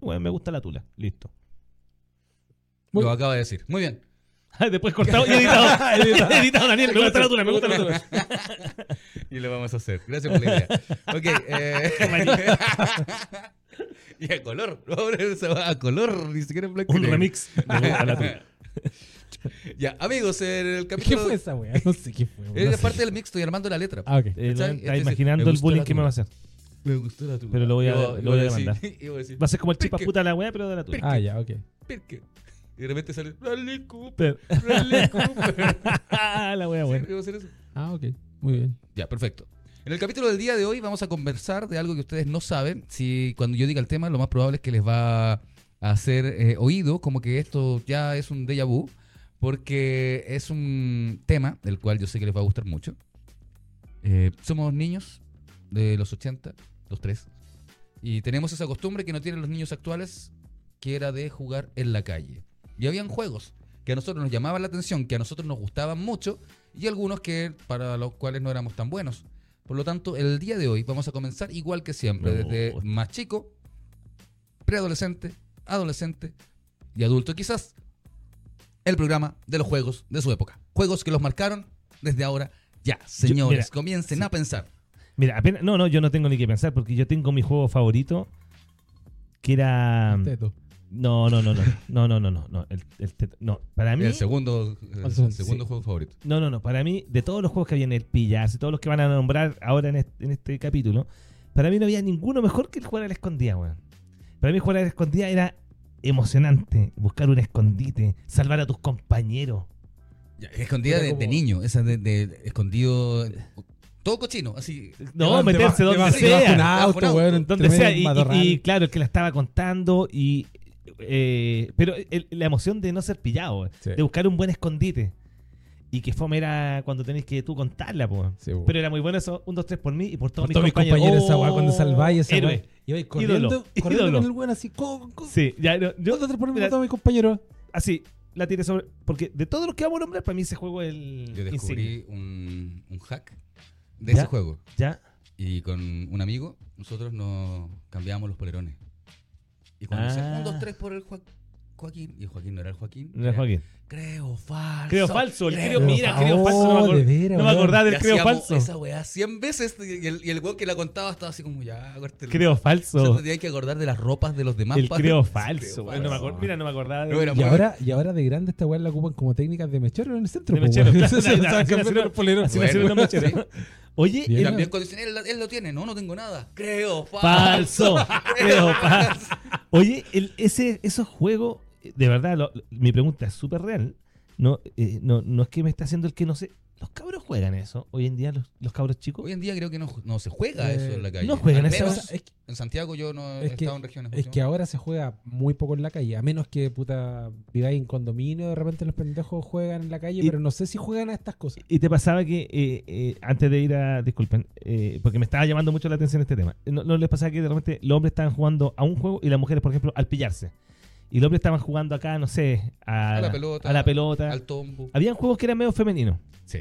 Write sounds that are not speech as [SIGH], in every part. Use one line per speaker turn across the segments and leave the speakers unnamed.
Pues, me gusta la tula. Listo. [LAUGHS] Muy-
Lo acabo de decir. Muy bien.
Después cortado y editado. [LAUGHS] editado, Daniel. Me gusta la tula, me gusta la tula.
Y lo vamos a hacer. Gracias por la idea. Ok. eh. [LAUGHS] y a color. Ahora se va a color. Ni siquiera en blanco y
Un [LAUGHS]
negro.
remix. Me gusta la tula.
[LAUGHS] Ya, amigos, el
¿Qué
capítulo.
fue esa weá? [LAUGHS] No sé qué fue.
Es
no sé.
parte del mix, estoy armando la letra.
Ah, ok.
Eh,
¿Cachai?
está
Este sí,
imaginando
me
el
gusta
bullying
la
que me va a hacer.
Me gustó la tuya.
Pero lo voy a-
Y
lo
y
voy a
decir- [LAUGHS]
demandar.
y voy a decir,
Va a ser como el
Pique.
chipa puta la weá, pero de la tula.
Ah, ya, ok.
"Pirque". Y de repente sale Bradley Cooper.
Pero-
Bradley Cooper.
[LAUGHS]
[LAUGHS]
Ah, la wea buena.
Sí, voy a hacer eso.
Ah, ok. Muy bien.
Ya, perfecto. En el capítulo del día de hoy vamos a conversar de algo que ustedes no saben. Si cuando yo diga el tema, lo más probable es que les va a hacer eh, oído, como que esto ya es un déjà vu, porque es un tema del cual yo sé que les va a gustar mucho. Eh, somos niños de los 80, los tres, y tenemos esa costumbre que no tienen los niños actuales, que era de jugar en la calle. Y habían juegos que a nosotros nos llamaban la atención, que a nosotros nos gustaban mucho, y algunos que para los cuales no éramos tan buenos. Por lo tanto, el día de hoy vamos a comenzar igual que siempre,
Me
desde
gusta.
más chico, preadolescente, adolescente y adulto quizás. El programa de los juegos de su época. Juegos que los marcaron desde ahora ya. Señores,
mira,
comiencen a pensar.
Mira, apenas. No, no, yo no tengo ni que pensar porque yo tengo mi juego favorito que era.
Teto.
No, no, no, no. No, no, no, no. no. El, el teto- no, para mí.
El segundo, el
son?
segundo
Sí.
juego favorito.
No, no, no. Para mí, de todos los juegos que había en el pillarse, todos los que van a nombrar ahora en este, en este capítulo, para mí no había ninguno mejor que el jugar a la escondida, weón. Para mí jugar a la escondida era emocionante. Buscar un escondite, salvar a tus compañeros.
Escondida
Era
de,
como-
de niño, esa de, de-
[LAUGHS]
escondido. Todo cochino, así.
No, meterse
Debajo-
donde
debajo- debajo un
sea.
auto,
Debajo un
weón,
auto.
Donde
entre medio
sea.
del
Y,
matorral.
y- y claro, el que la estaba contando y... eh, pero el- la emoción de no ser pillado, weón.
Sí.
de buscar un buen escondite. Y que fome era cuando tenés que tú contarla, po. weón.
Sí, weón.
Pero era muy bueno eso, un, dos, tres por mí y por todos
Por
mis
todos mis
compañeros.
compañeros, esa weá, cuando
Oh,
salváis esa
héroe.
weá. Y vais corriendo,
Ídolo,
corriendo
ídolo.
con el weón así. Co, co,
Sí, ya, no, yo,
¿Dónde te ponemos
mira,
a todos mis compañeros?
así, la tiré sobre. Porque de todos los que vamos a nombrar, para mí ese juego es el.
Yo descubrí
insignia.
un, un hack de
¿Ya?
ese juego.
Ya.
Y con un amigo, nosotros nos cambiábamos los polerones. Y cuando
Ah.
decían, un, dos, tres por el Joa- Joaquín. Y Joaquín no era el Joaquín.
No,
era
Joaquín.
Creo falso.
Creo falso, el creo-
Pero,
mira, creo
oh,
falso, no me acuerdo.
de veras,
No me
weón.
acordaba
Y
del creo
hacíamos
falso.
Esa weá 100 veces. Y el, y el weón que la contaba estaba así como, ya, córtelo.
Creo
O sea,
falso.
te tenías que acordar de las ropas de los demás.
El
para- [LAUGHS]
creo
Sí,
falso. weón, No me acuerdo, mira, no me acordaba de.
No, era
Y
muy-
ahora, y ahora de grande esta weá la ocupan como técnicas de mechero en el centro.
De
po,
mechero,
weón. [LAUGHS]
claro,
Se
claro,
usaban
así
cambiando
nacieron-
los poleros.
así
Bueno,
nacieron los mecheros.
sí.
Oye,
Bien.
Y
el-
también cuando dicen, él, él lo tiene, no, no tengo nada. Creo falso.
Falso.
[LAUGHS]
Creo falso. Oye, el, ese, esos juegos, eh, de verdad, lo- lo- mi pregunta es súper real. No, eh, no, no es que me está haciendo el que no sé. Los cabros juegan eso. Hoy en día los, los cabros chicos.
Hoy en día creo que no, no se juega
Eh,
eso en la calle.
no juegan
Al
esa
menos
cosa. Es que-
En Santiago yo no he
es que-
estado en regiones.
Es que ahora se juega muy poco en la calle, a menos que puta viváis en condominio, de repente los pendejos juegan en la calle,
Y-
pero no sé si juegan a estas cosas.
Y te pasaba que, eh, eh, antes de ir a, disculpen, eh, porque me estaba llamando mucho la atención este tema, no, no les pasaba que de repente los hombres estaban jugando a un juego y las mujeres, por ejemplo, al pillarse. Y los hombres estaban jugando acá, no sé, a,
A la pelota,
a la pelota.
Al tombo.
Habían juegos que eran medio femeninos.
Sí.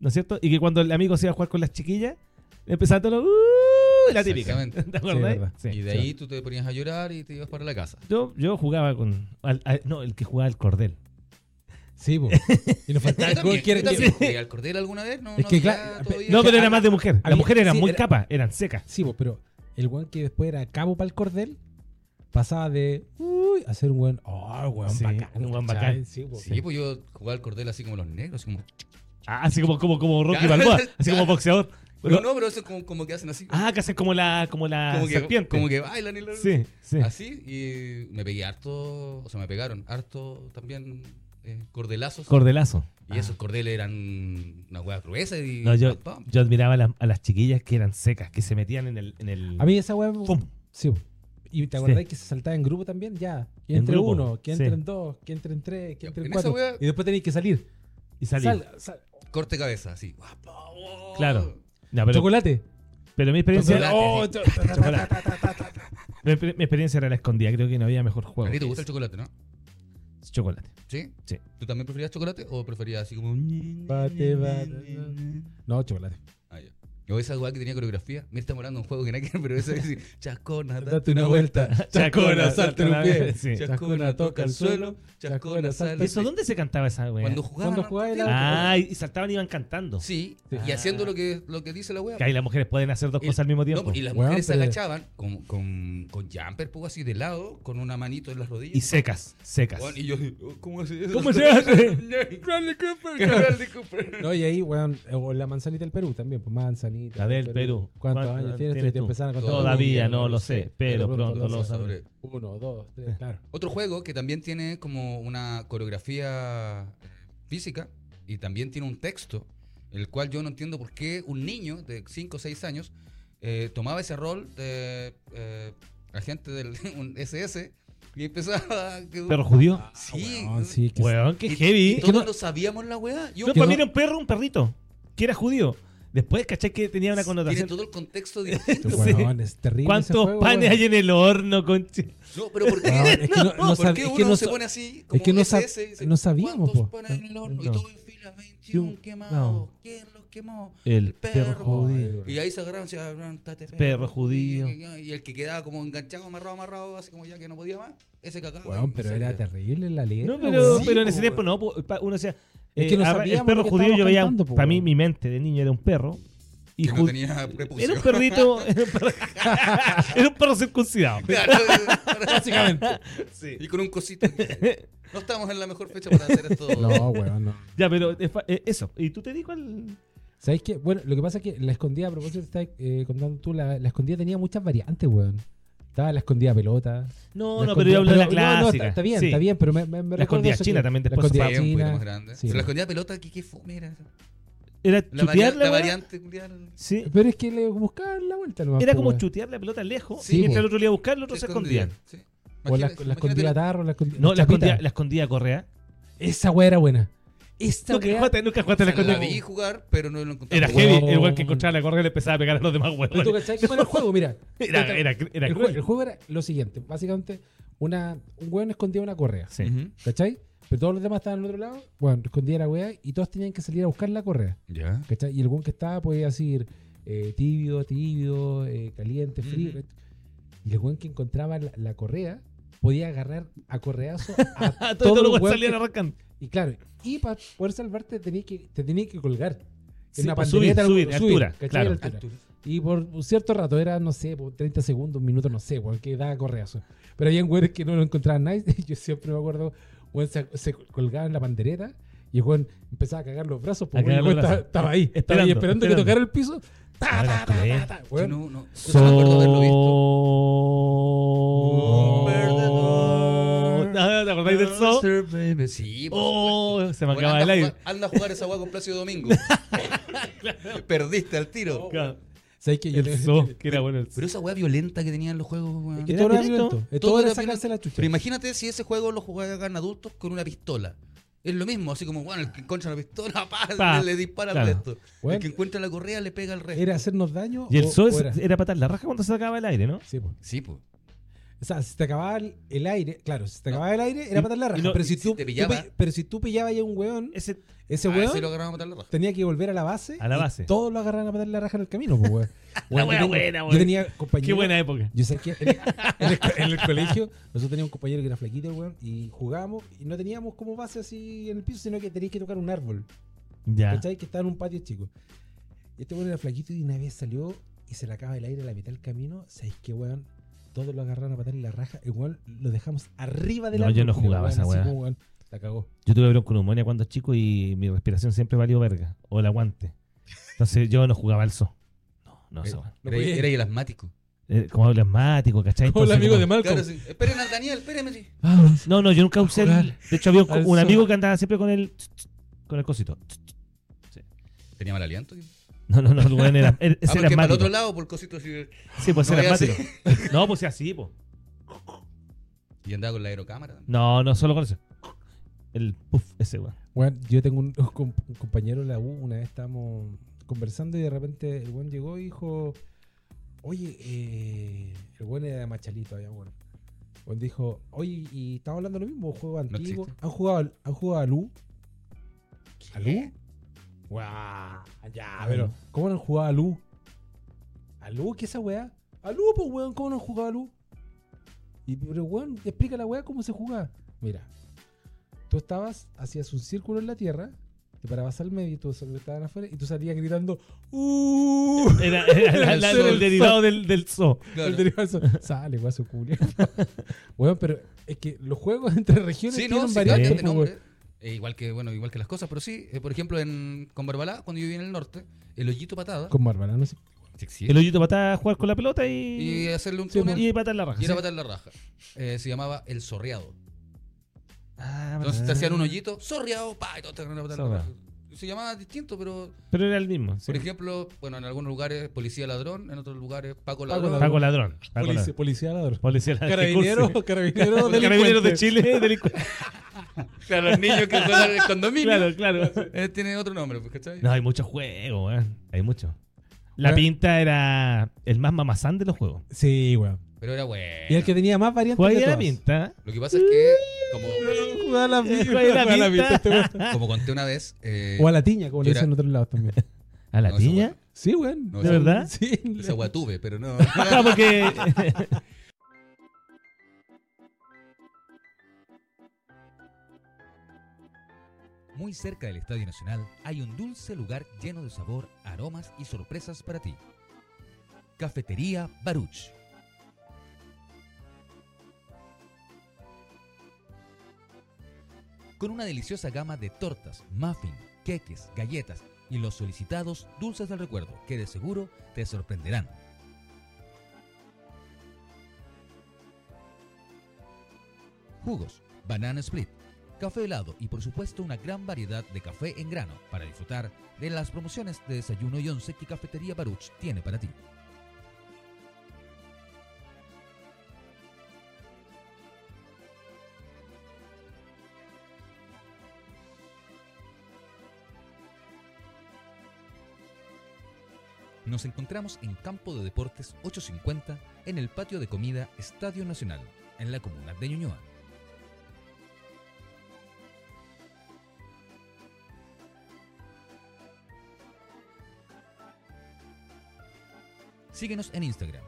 ¿no es cierto? Y que cuando el amigo se iba a jugar con las chiquillas, empezaban todos los, "Uh", la típica.
Exactamente.
¿Te acordás?
verdad.
Sí,
y de
sí.
ahí tú te ponías a llorar y te ibas para la
[LAUGHS]
casa.
Yo, yo jugaba con. al- al- no, el que jugaba al cordel.
Sí, po. [LAUGHS] Y nos faltaba
Yo
el gol
también,
que
yo
era-
también jugué al cordel alguna vez? No,
Es
no
que
había
claro,
todavía.
No, pero
que
era
a-
más de mujer.
a
Las
mí-
mujeres eran
sí,
muy
era-
capas, eran secas.
Sí, po, pero el weón que después era cabo para el cordel, pasaba de uy, a ser un weón, oh, weón
Sí,
bacán.
un weón
¿cachai?
bacán.
Sí, po.
Sí, pues yo jugaba al cordel así como los negros. Así como...
Ah, así como, como, como
[LAUGHS]
Rocky
Claro.
Balboa, así como boxeador.
No, no, pero eso es como, como que hacen así.
Ah, que hacen como la, como la
como, que,
Ah, serpiente.
como que bailan y lo...
Sí, sí.
Así, y me pegué harto, o sea, me pegaron harto también eh, cordelazos.
Cordelazo.
y esos cordeles eran una hueá gruesa y...
Ah. No, yo,
pam, pam.
yo admiraba a las, a las chiquillas que eran secas, que se metían en el. En el
A mí esa weón.
¡Pum!
Sí, po. Y te acordás que se saltaba en grupo también, ya. Que
En
entre
grupo,
uno, que
sí.
entren dos, que entren tres, que
Ya,
entren
en esa
cuatro.
wea-
Y después tenéis que salir.
Y salí.
Sal- sal-
Corte cabeza, así.
Claro. No, pero,
Chocolate.
pero mi experiencia.
Chocolate,
Oh,
sí.
cho-
Chocolate. Mi, mi experiencia era la escondida, creo que no había mejor
A
juego.
ti te gusta el chocolate, ¿no?
Chocolate.
¿Sí?
Sí.
¿Tú también preferías chocolate o preferías así como...
Bate, bate. No, chocolate.
Ah, ya. O esa weá que tenía coreografía. Me está morando un juego que nada que ver, pero
[LAUGHS]
esa dice, chascona,
Date una vuelta. Chacona, salta en un pie.
Sí.
Chascona, toca el suelo. Chascona, salta.
¿Eso dónde se cantaba esa wea?
Cuando jugaban.
Cuando jugaba
al-
era-
Ah, y y saltaban y iban cantando.
Sí,
Sí.
y
Ah.
haciendo lo que, lo que dice la weá.
Que ahí las mujeres pueden hacer dos
Y-
cosas al mismo tiempo.
No, y las
Weón,
mujeres se
pero-
agachaban con, con, con jumper, poco así de lado, con una manito en las rodillas.
Y secas, secas.
Weón, y yo, oh, ¿cómo se hace?
¿Cómo se
[LAUGHS]
hace?
Bradley
[LAUGHS]
Cooper. Bradley Cooper.
No, y ahí, weón, o la manzanita del Perú también, pues manzanita.
La del Perú.
¿Cuántos
¿Cuánto
años tienes, tú? Y te empezaron a contar.
Todavía
Uno,
no lo sé, pero pronto lo
lo
sabré.
sabré.
Uno, dos, tres, claro.
Otro juego que también tiene como una coreografía eh, física y también tiene un texto, el cual yo no entiendo por qué un niño de 5 o 6 años eh, tomaba ese rol de eh, agente del [LAUGHS] un SS y empezaba a...
Perro judío.
Sí,
Weón, sí, que-
Weón, qué
Ah, y-
heavy.
y
Que no-
Todos lo sabíamos la weá. Yo
No,
que
para
no-
mí era un perro, un perrito. Que era judío. Después caché que tenía una
[LAUGHS] tiene
connotación.
todo el contexto [LAUGHS] distinto.
[LAUGHS] Sí.
Weón, es terrible. ese
¿Cuántos
juego,
panes
weón.
hay en el horno, conche?
No, pero ¿por qué?
Weón,
[LAUGHS]
es que no, no
¿Por
sab-
qué
es
uno
que no
se
sa-
pone así?
es que no sab-
SS, y dice,
no sabíamos,
¿Cuántos
po.
ponen en el horno?
No.
Y todo en fila, 21
Yo-
quemados.
no.
¿Quién los quemó?
El perro
perro
judío.
Y ahí se agarraron, se agarraron, tate perro,
Perro judío.
Y, y el que quedaba como enganchado, amarrado, amarrado, así como ya que no podía más, ese cagaba.
Weón, pero era terrible la letra.
No, pero,
weón.
pero en
po,
ese tiempo no. po, pa- Uno decía.
Es
eh,
que no
arra- el
sabíamos
perro
lo que
judío, yo
estábamos
veía.
cantando, po,
para mí,
weón.
mi mente de niño era un perro. Y
Que no
ju-
tenía prepucio.
Era un perrito. Era un perro, [LAUGHS] era un perro circuncidado.
[LAUGHS] Claro,
Básicamente.
Sí.
y con un cosito. No estamos en la mejor fecha para hacer esto.
No, weón, no.
Ya, pero es fa- eh, eso. ¿Y tú te dijo el.?
¿Sabéis qué? Bueno, lo que pasa es que la escondida, a propósito, está eh, contando tú, la, la escondida tenía muchas variantes, weón. Estaba la escondida pelota.
No,
la
no, pero yo hablo de
escondida-
la
pero- no, no,
clásica.
está, está bien,
Sí.
está bien, pero me, me, me
La escondida
recuerdo eso
china
que-
también
la
después se
Sí,
escondida
un poquito más
china.
grande.
sí.
Se la escondía pelota, que qué fome era.
Era
La, varia-
chutear
la
la, pelota.
variante, culiar.
Sí.
Pero es que le buscaban la vuelta nomás.
Era
po,
como
weón.
chutear la pelota lejos.
Sí,
y mientras
po.
el otro le iba a buscar, el otro se, escondía.
Sí.
O
Imagina-
la, la escondida
imagínate-
tarro, la escondida.
No, la
chapita.
escondía, la escondía correa.
Esa weá era buena. Esta
Nunca
weá-
jugaste, nunca jugaste a la
la
escondida.
vi jugar, pero no lo encontré.
Era
Wow.
heavy, el weón que encontraba la correa y le empezaba a pegar a los demás
Pero tú
huevos.
cachai, ¿cómo [LAUGHS] era el juego? Mira.
[LAUGHS] Era, era, era,
el, juego,
cruel.
el juego era lo siguiente. Básicamente, una, un weón escondía una correa.
Sí.
Ujú.
¿Cachai? Pero todos los demás estaban al otro lado. Bueno, escondía la weá y todos tenían que salir a buscar la correa.
Ya.
¿Cachai? Y el weón que estaba podía decir eh, tibio, tibio, eh, caliente, frío.
Ujú.
Y el weón que encontraba la, la correa podía agarrar a correazo
[LAUGHS]
a
[LAUGHS] Todos
todo
los
el
weones
weón
salían
que-
arrancando.
Y claro, y para poder salvarte tenías que, te tenías que colgar.
Sí, pues,
pandereta,
subir,
algo-
subir, altura,
¿cachai?
claro.
Altura. Y por un cierto rato, era, no sé, por 30 segundos, un minuto, no sé, weón, que daba correazo. Pero había güeyes que no lo encontraban nice. [LAUGHS] Yo siempre me acuerdo, weón, se, se colgaba en la pandereta y el weón empezaba a cagar los brazos.
A
Porque
cagar
el weón
los brazos.
estaba, estaba ahí, estaba ahí
Esperando,
esperando,
esperando.
que tocara el piso. Ta,
Ahora,
ta, ta,
culé.
ta, ta.
Yo
Weón,
no, no, yo no me acuerdo haberlo visto.
So-
Un perdedor.
Ah, Oh. [LAUGHS] ¿Te acordáis del so?
Monster, baby. Sí, por
Oh, se me
Bueno,
acaba
anda,
el
a
aire.
jugar- anda a jugar esa hueá con Plácido
[LAUGHS]
Domingo. Perdiste al tiro.
Claro.
¿Sabes qué? Yo
El
le-
so,
[LAUGHS]
que era bueno el so.
Pero esa hueá violenta que tenían los juegos, weón.
que
¿Era
todo era
violento?
violento. eh,
Todo
Todo era
era
sacarse la chucha.
Pero imagínate si ese juego lo jugaban adultos con una pistola. Es lo mismo, así como, bueno, el que encuentra la pistola, [LAUGHS] pa,
Pa,
le, le dispara
claro.
al resto.
Weón,
El que encuentra la correa le pega al resto.
¿Era hacernos daño?
Y el
o-
so
o
es-
era-
era patar la raja cuando se acaba el aire, ¿no?
Sí, pues.
Sí, pues.
O sea, si te acababa el, el aire, claro, si te
No.
acababa el aire,
Y-
era patar la
y
raja.
no-
pero, si
y si
tú,
te
tú
pillaba-
pi- pero si tú pillabas ya un weón,
Ese
ese
Ah,
weón
ese lo agarraron a matar la raja.
tenía que volver a la base.
A la
y
base.
todos lo agarraban a patar la raja en el camino, pues, weón.
[LAUGHS] La wea
yo tenía-
buena, weón.
Yo tenía compañeros.
Qué buena época.
Yo sé que en, en el, co- en el colegio, nosotros teníamos un compañero que era flaquito, weón, y jugábamos y no teníamos como base así en el piso, sino que tenías que tocar un árbol.
Ya.
¿Cachai? Que estaba en un patio chico. Y este weón era flaquito y una vez salió y se le acaba el aire a la mitad del camino. ¿Sabéis qué, weón? Todos lo agarraron a patar en la raja. Igual lo dejamos arriba del
No,
árbol,
yo no
culiao,
jugaba esa
así
weá.
como, weón, La cagó.
Yo tuve bronconeumonía cuando chico y mi respiración siempre valió verga. O el aguante. Entonces yo no jugaba al so. No, no,
Eh,
esa wea.
Era,
podía-
era
[LAUGHS]
el asmático.
Eh, Como hablo asmático, ¿cachai? Entonces, como-
Malcolm.
Claro, sí. Esperen al Daniel, espérenme. sí.
No, no, yo nunca usé el. De hecho, había un,
Al
un
so.
amigo que andaba siempre con el. Con el cosito.
Tenía mal aliento. tío.
No, no, no, el weón era. era-
Ah,
Ese era
porque para el
asmático.
otro lado, por el cosito así. eh.
Sí, pues
No
era
voy a hacer.
asmático. No, pues era así, pues.
Y andaba con la aerocámara. también.
No, no, solo con eso. El puff, ese weón.
Weón, yo tengo un, [LAUGHS] un com- un compañero en la U, una vez estábamos conversando y de repente el weón llegó y dijo, oye, eh, el weón era de Machalito, había bueno. El weón dijo, oye, y estamos hablando de lo mismo, juego antiguo.
existe.
¿Han jugado, al- ¿Han jugado a Lu? ¿A Lu? Guau, ya, pero ¿cómo no han jugado a Lu? ¿Alú? ¿Qué es esa weá? ¿Alú, pues weón? ¿Cómo no jugaba Alú? Y pero weón, explica la weá cómo se jugaba. Mira, tú estabas, hacías un círculo en la tierra, te parabas al medio, todos los que estaban afuera, y tú salías gritando
[LAUGHS]
¡Uh! [LAUGHS]
Era, era la- la-
Era
el
el
derivado del, del zoo.
Claro.
El derivado eso. Sale, guaso culia. [LAUGHS] weón, pero es que los juegos [LAUGHS] entre regiones
Sí, no,
tienen
sí,
variantes,
claro,
cambian de
pues,
nombre.
weón.
Eh, igual que, bueno, igual que las cosas, pero sí, eh, por ejemplo, en con Barbalá, cuando yo vivía en el norte, el hoyito patada.
Con Bárbara, no sé.
Sí, sí.
El hoyito para jugar con la pelota y. pues,
y hacerle un
Sí,
túnel
Y patar la raja.
y era
sí.
patar la raja. Eh, se llamaba el zorreado.
Ah,
Entonces te
verdad.
hacían un hoyito, zorreado, pa, y todos te iban a patar la
Zorra.
raja. Se llamaba distinto, pero
Pero era el mismo. sí.
por ejemplo, bueno, en algunos lugares policía ladrón, en otros lugares Paco
Paco
ladrón.
Paco ladrón. Paco
Policía,
ladrón.
policía ladrón.
Policía ladrón.
Carabinero, [LAUGHS]
Curso.
carabinero,
Carabineros de
delincuente.
Chile. delincuente.
Claro, los niños que juegan en el condominio.
claro, claro.
Eh, tiene otro nombre, pues, ¿cachai?
No, hay muchos juegos, weón. Hay muchos. La
Weón.
pinta era el más mamazán de los juegos.
Sí, weón.
Pero era bueno.
Y el que tenía más variantes
Jugaba
de
la
todas.
pinta.
Lo que pasa es que, como,
Jugaba a la pinta.
Jugaba a la
jugaba a la
pinta.
pinta, este weón.
como conté una vez. eh,
O a la tiña, como le
Yo era-
dicen en otros lados también.
A la
No, esa
tiña.
weá-
Sí, weón.
No,
¿De
esa-
verdad?
Sí.
Esa weá tuve, pero
[LAUGHS]
no.
Ah, porque. [LAUGHS]
Muy cerca del Estadio Nacional hay un dulce lugar lleno de sabor, aromas y sorpresas para ti. Cafetería Baruch. Con una deliciosa gama de tortas, muffin, queques, galletas y los solicitados dulces del recuerdo que de seguro te sorprenderán. Jugos, banana split, café helado y por supuesto una gran variedad de café en grano para disfrutar de las promociones de desayuno y once que Cafetería Baruch tiene para ti. Nos encontramos en Campo de Deportes 850 en el patio de comida Estadio Nacional, en la comuna de Ñuñoa. Síguenos en Instagram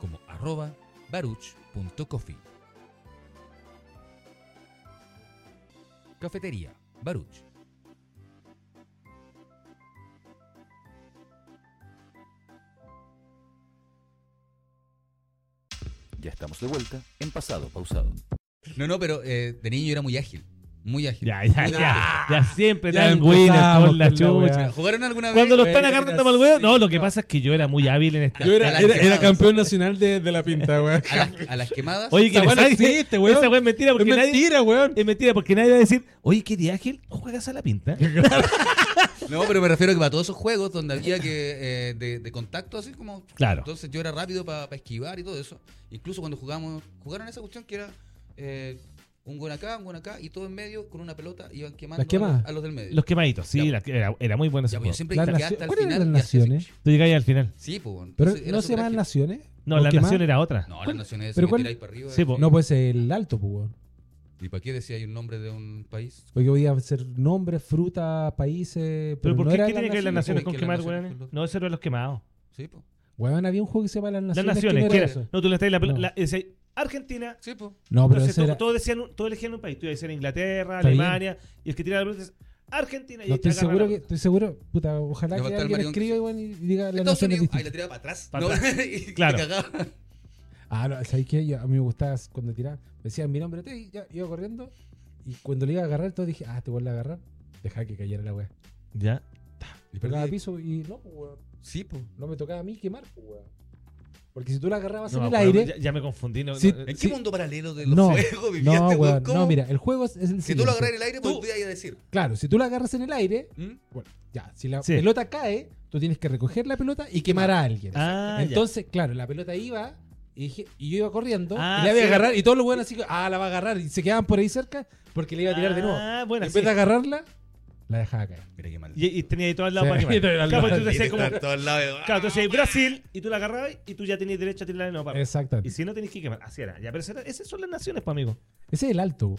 como arroba baruch.coffee. Cafetería Baruch.
Ya estamos de vuelta en pasado pausado.
No, no, pero eh, de niño era muy ágil. Muy ágil.
Ya, ya, ya. Ya siempre te
Ya
dan güinas
empezamos
con la
con la weá.
chucha.
¿Jugaron alguna vez?
Cuando lo están
Era
agarrando mal huevo. No, lo que
así,
pasa es que yo era muy hábil en esta.
Yo era, era, era
Alan-
campeón nacional de, de la pinta, weón.
A las, a las quemadas.
Oye, que
Esa
le
weá no
saque-
existe, weón.
Esa weá es mentira
Es
[LAUGHS] porque nadie.
mentira, weón.
Es mentira porque nadie va a decir, oye, qué día ágil, ¿no juegas a la pinta.
No, pero me refiero a que para todos esos juegos donde había que eh, de, de contacto así como.
Claro.
Entonces yo era rápido para esquivar y todo eso. Incluso cuando jugamos, jugaron esa cuestión que era eh, un buen acá, un buen acá y todo en medio con una pelota iban quemando
¿Las
a
quemadas?
los- a los del medio.
Los quemaditos, sí,
Ya.
la- era, era muy bueno ese
Ya, pues, yo
juego.
siempre
Las
llegué
nacio-
hasta el
¿Cuáles eran
final.
las
y hacía así.
naciones?
Tú llegabas ahí al final.
Sí, pues. bueno.
Pero
Entonces, era
no se
súper
llaman
ágil.
naciones.
No,
¿O
la
qué
nación
más?
era otra.
No,
¿Cuál?
las naciones
¿Pero
que
cuál?
tiráis para arriba. eh,
Sí, po.
No, pues el alto, pues, weón.
¿Y para qué decía hay un nombre de un país?
Porque podía ser nombres, frutas, países.
Pero, ¿por
no
qué,
era
¿Qué tiene que ver las naciones
naciones?
con
Porque
quemar,
las naciones
weones?
son los-
No, eso era los quemados.
Sí, pues.
Weón, había un juego que se llama Las
Las
Naciones.
naciones,
que no
que
era
era.
eso.
No, tú le estás la.
No.
la- decías, Argentina.
Sí, pues.
No, pero
Entonces,
eso
to-
era.
todos, decían, un- todos elegían un país. Tú ibas a decir Inglaterra,
Está bien.
Alemania. Y el que tiraba la pelota es Argentina. Y
No
ahí te
estoy
agarra
seguro
la
que.
pelota.
Estoy seguro. Puta, ojalá
Le
que
faltó el
alguien
marión.
escriba weón, y diga Las
Estados
Naciones
Unidos. Ahí la
distintas.
tiraba para atrás.
Para
No,
atrás.
[LAUGHS] y te
Claro.
cagaba.
Ah, no, ¿sabes qué? Yo- a mí me gustaba cuando tiraba. Me decían mi nombre, te, y ya, iba corriendo. Y cuando le iba a agarrar, todo dije, ah, te vuelve a agarrar. Deja que cayera la weá.
Ya.
Y
Tocaba
perdí.
piso y no, pues, weón.
Sí, pues.
No me tocaba a mí quemar, pues, weón. Porque si tú la agarrabas
No,
en el
me acuerdo,
aire.
Ya, ya me confundí. No,
Sí.
no,
¿En
Sí.
qué mundo paralelo de los
No,
juegos vivías?
No,
weón?
weón. No,
¿Cómo?
mira, el juego es, es el
Si tú
siguiente.
lo agarras en el aire,
Tú-
pues a decir.
Claro, si tú la agarras en el aire,
¿Mm?
bueno, ya, si la
Sí.
pelota cae, tú tienes que recoger la pelota y quemar a alguien.
Ah, ya.
Entonces, claro, la pelota iba y, dije- y yo iba corriendo
Ah,
y la iba
sí.
a agarrar y todos los buenos así, ah, la va a agarrar y se quedaban por ahí cerca porque le iba a tirar de nuevo.
Ah, bueno,
en
sí.
vez de agarrarla, la dejaba caer.
Mira qué mal.
Y, y tenía ahí todo al lado
Sí.
para quemar.
[LAUGHS] Todo al
Claro,
lado.
porque tú decías
Tiene
como-
que estar a todos lados, ah.
Claro, tú decías Brasil y tú la agarrabas y tú ya tenías derecho a tirarla de nuevo. papá. Y
Exactamente.
si no tenés que quemar, así era. Ya, pero ese era- esas son las naciones, pues, amigo.
Ese es el alto.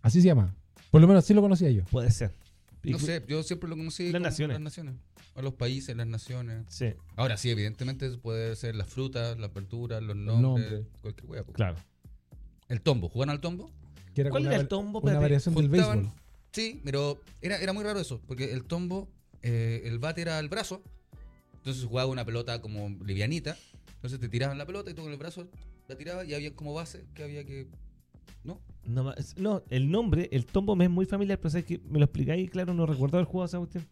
Así se llama. Por lo menos así lo conocía yo.
Puede ser.
Ah. No sé, yo siempre lo conocí.
Las
como
naciones.
Las naciones. a los países, las naciones.
Sí,
Ahora sí, evidentemente puede ser las frutas, las verduras, los
Los
nombres,
nombres.
cualquier wea. po.
claro.
El tombo, ¿jugaban al tombo?
Que era
¿Cuál era
como una
el
vari-
tombo?
Una
Espérate,
variación del
juntaban-
béisbol.
Sí, pero era, era muy raro eso, porque el tombo, eh, el bate era el brazo, entonces jugaba una pelota como livianita, entonces te tiraban la pelota y tú con el brazo la tirabas y había como base que había que... ¿No?
No, ma- es- no, el nombre, el tombo me es muy familiar, pero sabes que me lo explicáis y claro, no recuerdo el juego esa cuestión.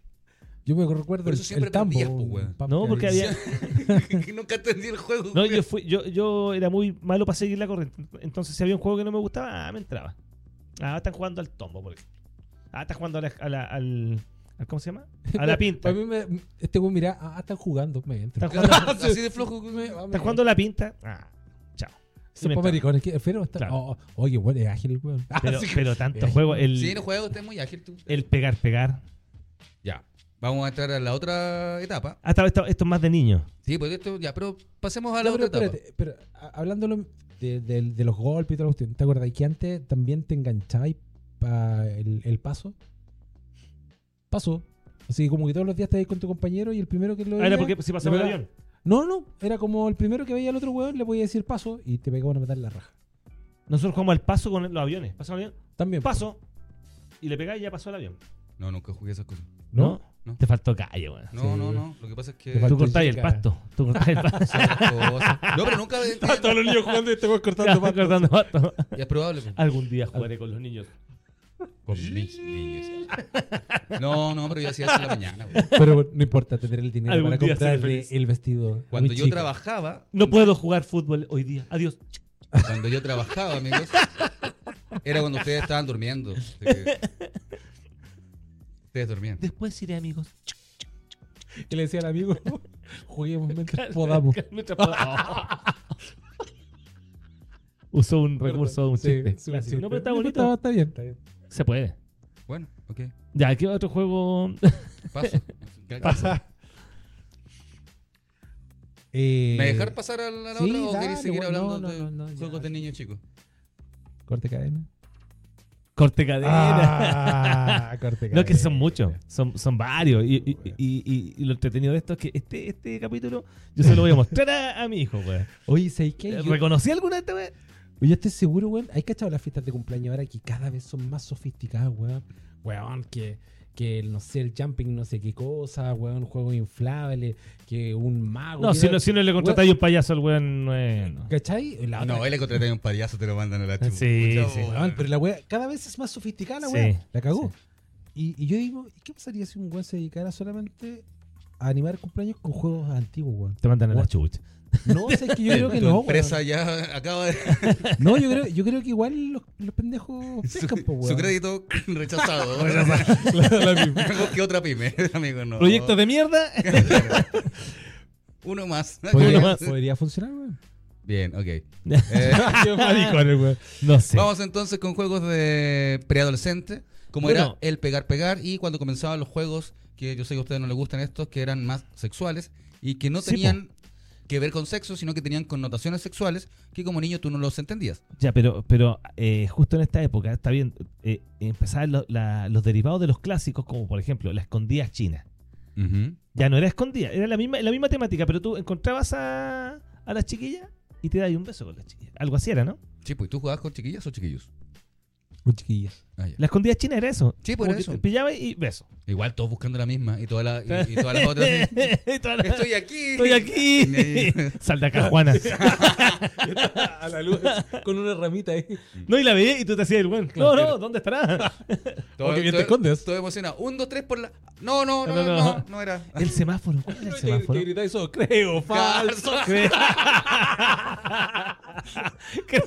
Yo me recuerdo
Por
el,
eso siempre
el tambo.
perdías, po, weón.
pam,
No,
que
porque
[LAUGHS]
había.
que nunca entendí el juego.
No,
culiao.
yo, fui, yo, yo era muy malo para seguir la corriente. Entonces, si había un juego que no me gustaba, ah, me entraba. Ah, están jugando al tombo, por ejemplo. Ah, están jugando a la, a la- al. al- ¿Cómo se llama? A la pinta.
[LAUGHS] A mí me, este güey mira, ah, están jugando, me entra.
Están
[LAUGHS]
jugando,
[LAUGHS] Así de flojo. culiao.
están jugando a la pinta. Ah, chao. Y me
Sopa
entraba.
americana, ¿qué? Pero está-
Claro.
oh, oh, oye, bueno, es ágil el weón. Ah,
Pero,
sí.
pero tanto
Eh,
juego. El,
Sí, no juego, usted es muy ágil tú.
el pegar, pegar.
Ya. Vamos a entrar a la otra etapa.
Hasta esto, Ah, esto es más de niño.
Sí, pues esto ya, pero pasemos a la
No, pero
otra etapa.
espérate, pero a- hablándolo de, de- de los golpes y todo lo que ¿te acordás que antes también te enganchabas para el, el paso? Paso. Así como que todos los días estabas con tu compañero y el primero que lo
Ah, era
veía-
porque si pasaba el
le
avión.
pegaba- No, no, era como el primero que veía al otro weón le podía decir paso y te pegaba una patada en la raja.
Nosotros jugamos al paso con los aviones. Pasaba el avión,
También.
paso. Y le pegás y ya pasó el avión.
No, nunca jugué esas cosas.
¿No?
¿No?
No.
Te faltó calle, weón.
No,
Sí.
no, no. Lo que pasa es que.
Te falta
Tú cortás el
chica.
pasto. Tú cortás el [LAUGHS] pasto.
No, pero
[LAUGHS]
nunca.
Todos los niños jugando y este weón
Ya,
cortando patas.
cortando pasto.
Ya es probable. pues.
Algún día jugaré con los niños.
Con mis niños. [LAUGHS] No, no, pero yo hacía eso en la mañana. güey.
Pero no importa tener el dinero
Algún
para
día seré
comprarle
feliz.
el vestido.
Cuando
muy
yo
chico.
trabajaba,
No puedo jugar fútbol hoy día. Adiós.
cuando yo trabajaba, amigos, era cuando ustedes estaban durmiendo. Así que- Ustedes dormían.
Después iré, amigos. [LAUGHS]
Y le decía al amigo,
[LAUGHS]
juguemos mientras podamos.
Mientras pueda. [LAUGHS] Usó un recurso de un
Sí,
chiste.
sí, un
clásico.
chiste.
No, pero está
No,
bonito.
Está, está bien, está bien.
Se puede.
Bueno, ok.
Ya, ¿qué otro juego? [LAUGHS]
Paso.
Pasa.
Eh,
¿Me dejar pasar a la, a la
Sí,
otra o
dale,
querés seguir
güey,
hablando
no, no,
de
no, no, ya.
juegos de niños chicos?
Corte cadena.
Corte cadena.
Ah, corte cadena.
No, que son muchos, son, son varios. Y, y, y- y- y lo entretenido de esto es que este, este capítulo yo se lo voy a mostrar a, a mi hijo, güey.
Oye, ¿sabes qué?
Eh,
Yo,
¿Reconocí alguna de estas, güey?
yo estoy seguro, weón. Hay cachado las fiestas de cumpleaños ahora que cada vez son más sofisticadas, weón. Weón, que, que el, no sé, el jumping, no sé qué cosa, weón, juego inflable, que un mago.
No,
que-
si no, si no le contratáis un payaso al güey, no es. no.
¿Cachai? La otra-
No, él le contraté a un payaso, te lo mandan a la chupa.
Sí,
Chao,
sí.
güey.
Weón, Ah, pero la weá cada vez es más sofisticada la
Sí,
weá. la cagó. Y, y yo digo, ¿y qué pasaría si un weón se dedicara solamente a animar cumpleaños con juegos antiguos, weón?
Te mandan a la
What?
chucha.
No, o sea, es
[LAUGHS]
que yo creo que
tu
no, weón.
empresa ya acaba de...
No, yo creo, yo creo que igual los, los pendejos
[LAUGHS] Su,
pescan, po,
su
weón.
crédito [CLEARS THROAT] rechazado. [LAUGHS] Mejor que otra pyme, [LAUGHS] amigo, no.
Proyectos de mierda. [LAUGHS]
Uno más.
Uno
[LAUGHS] [LAUGHS]
[LAUGHS]
Podría,
más.
podría funcionar, weón.
Bien, ok. Eh,
[LAUGHS] Qué maricones, weón.
No sé.
Vamos entonces con juegos de preadolescente, como
Bueno.
era el pegar pegar y cuando comenzaban los juegos, que yo sé que a ustedes no les gustan estos, que eran más sexuales y que no
Sí,
tenían que ver con sexo, sino que tenían connotaciones sexuales que como niño tú no los entendías.
Ya, pero, pero eh, justo en esta época, está bien, eh, empezaban lo- la- los derivados de los clásicos, como por ejemplo la escondida china. Ya no era escondida, era la misma, la misma temática, pero tú encontrabas a, a la chiquilla y te dabas un beso con la chiquilla. Algo así era, ¿no?
Sí, pues, ¿tú jugabas con chiquillas o chiquillos?
Con chiquillas.
Ah, ya.
La escondida china era eso.
Sí, pues,
Como
era
que
eso.
te Pillaba y beso.
Igual todos buscando la misma y, toda la, y, y
[LAUGHS]
todas las otras. sí.
Toda la-
Estoy aquí.
Estoy [LAUGHS]
[LAUGHS]
aquí. Sal de acá, Juana.
A la luz, con una ramita ahí.
No, y la veía y tú te hacías el buen. No, no, ¿dónde estará?
Todo,
Ok, bien te
todo-
escondes.
todo emocionado. Un, dos, tres por la. No, no, no,
No,
no,
no,
no,
no. [LAUGHS]
no era.
El semáforo. ¿Cuál era el semáforo?
gritáis eso,
[LAUGHS]
creo,
falso.
[LAUGHS]
Creo. [LAUGHS] Creo.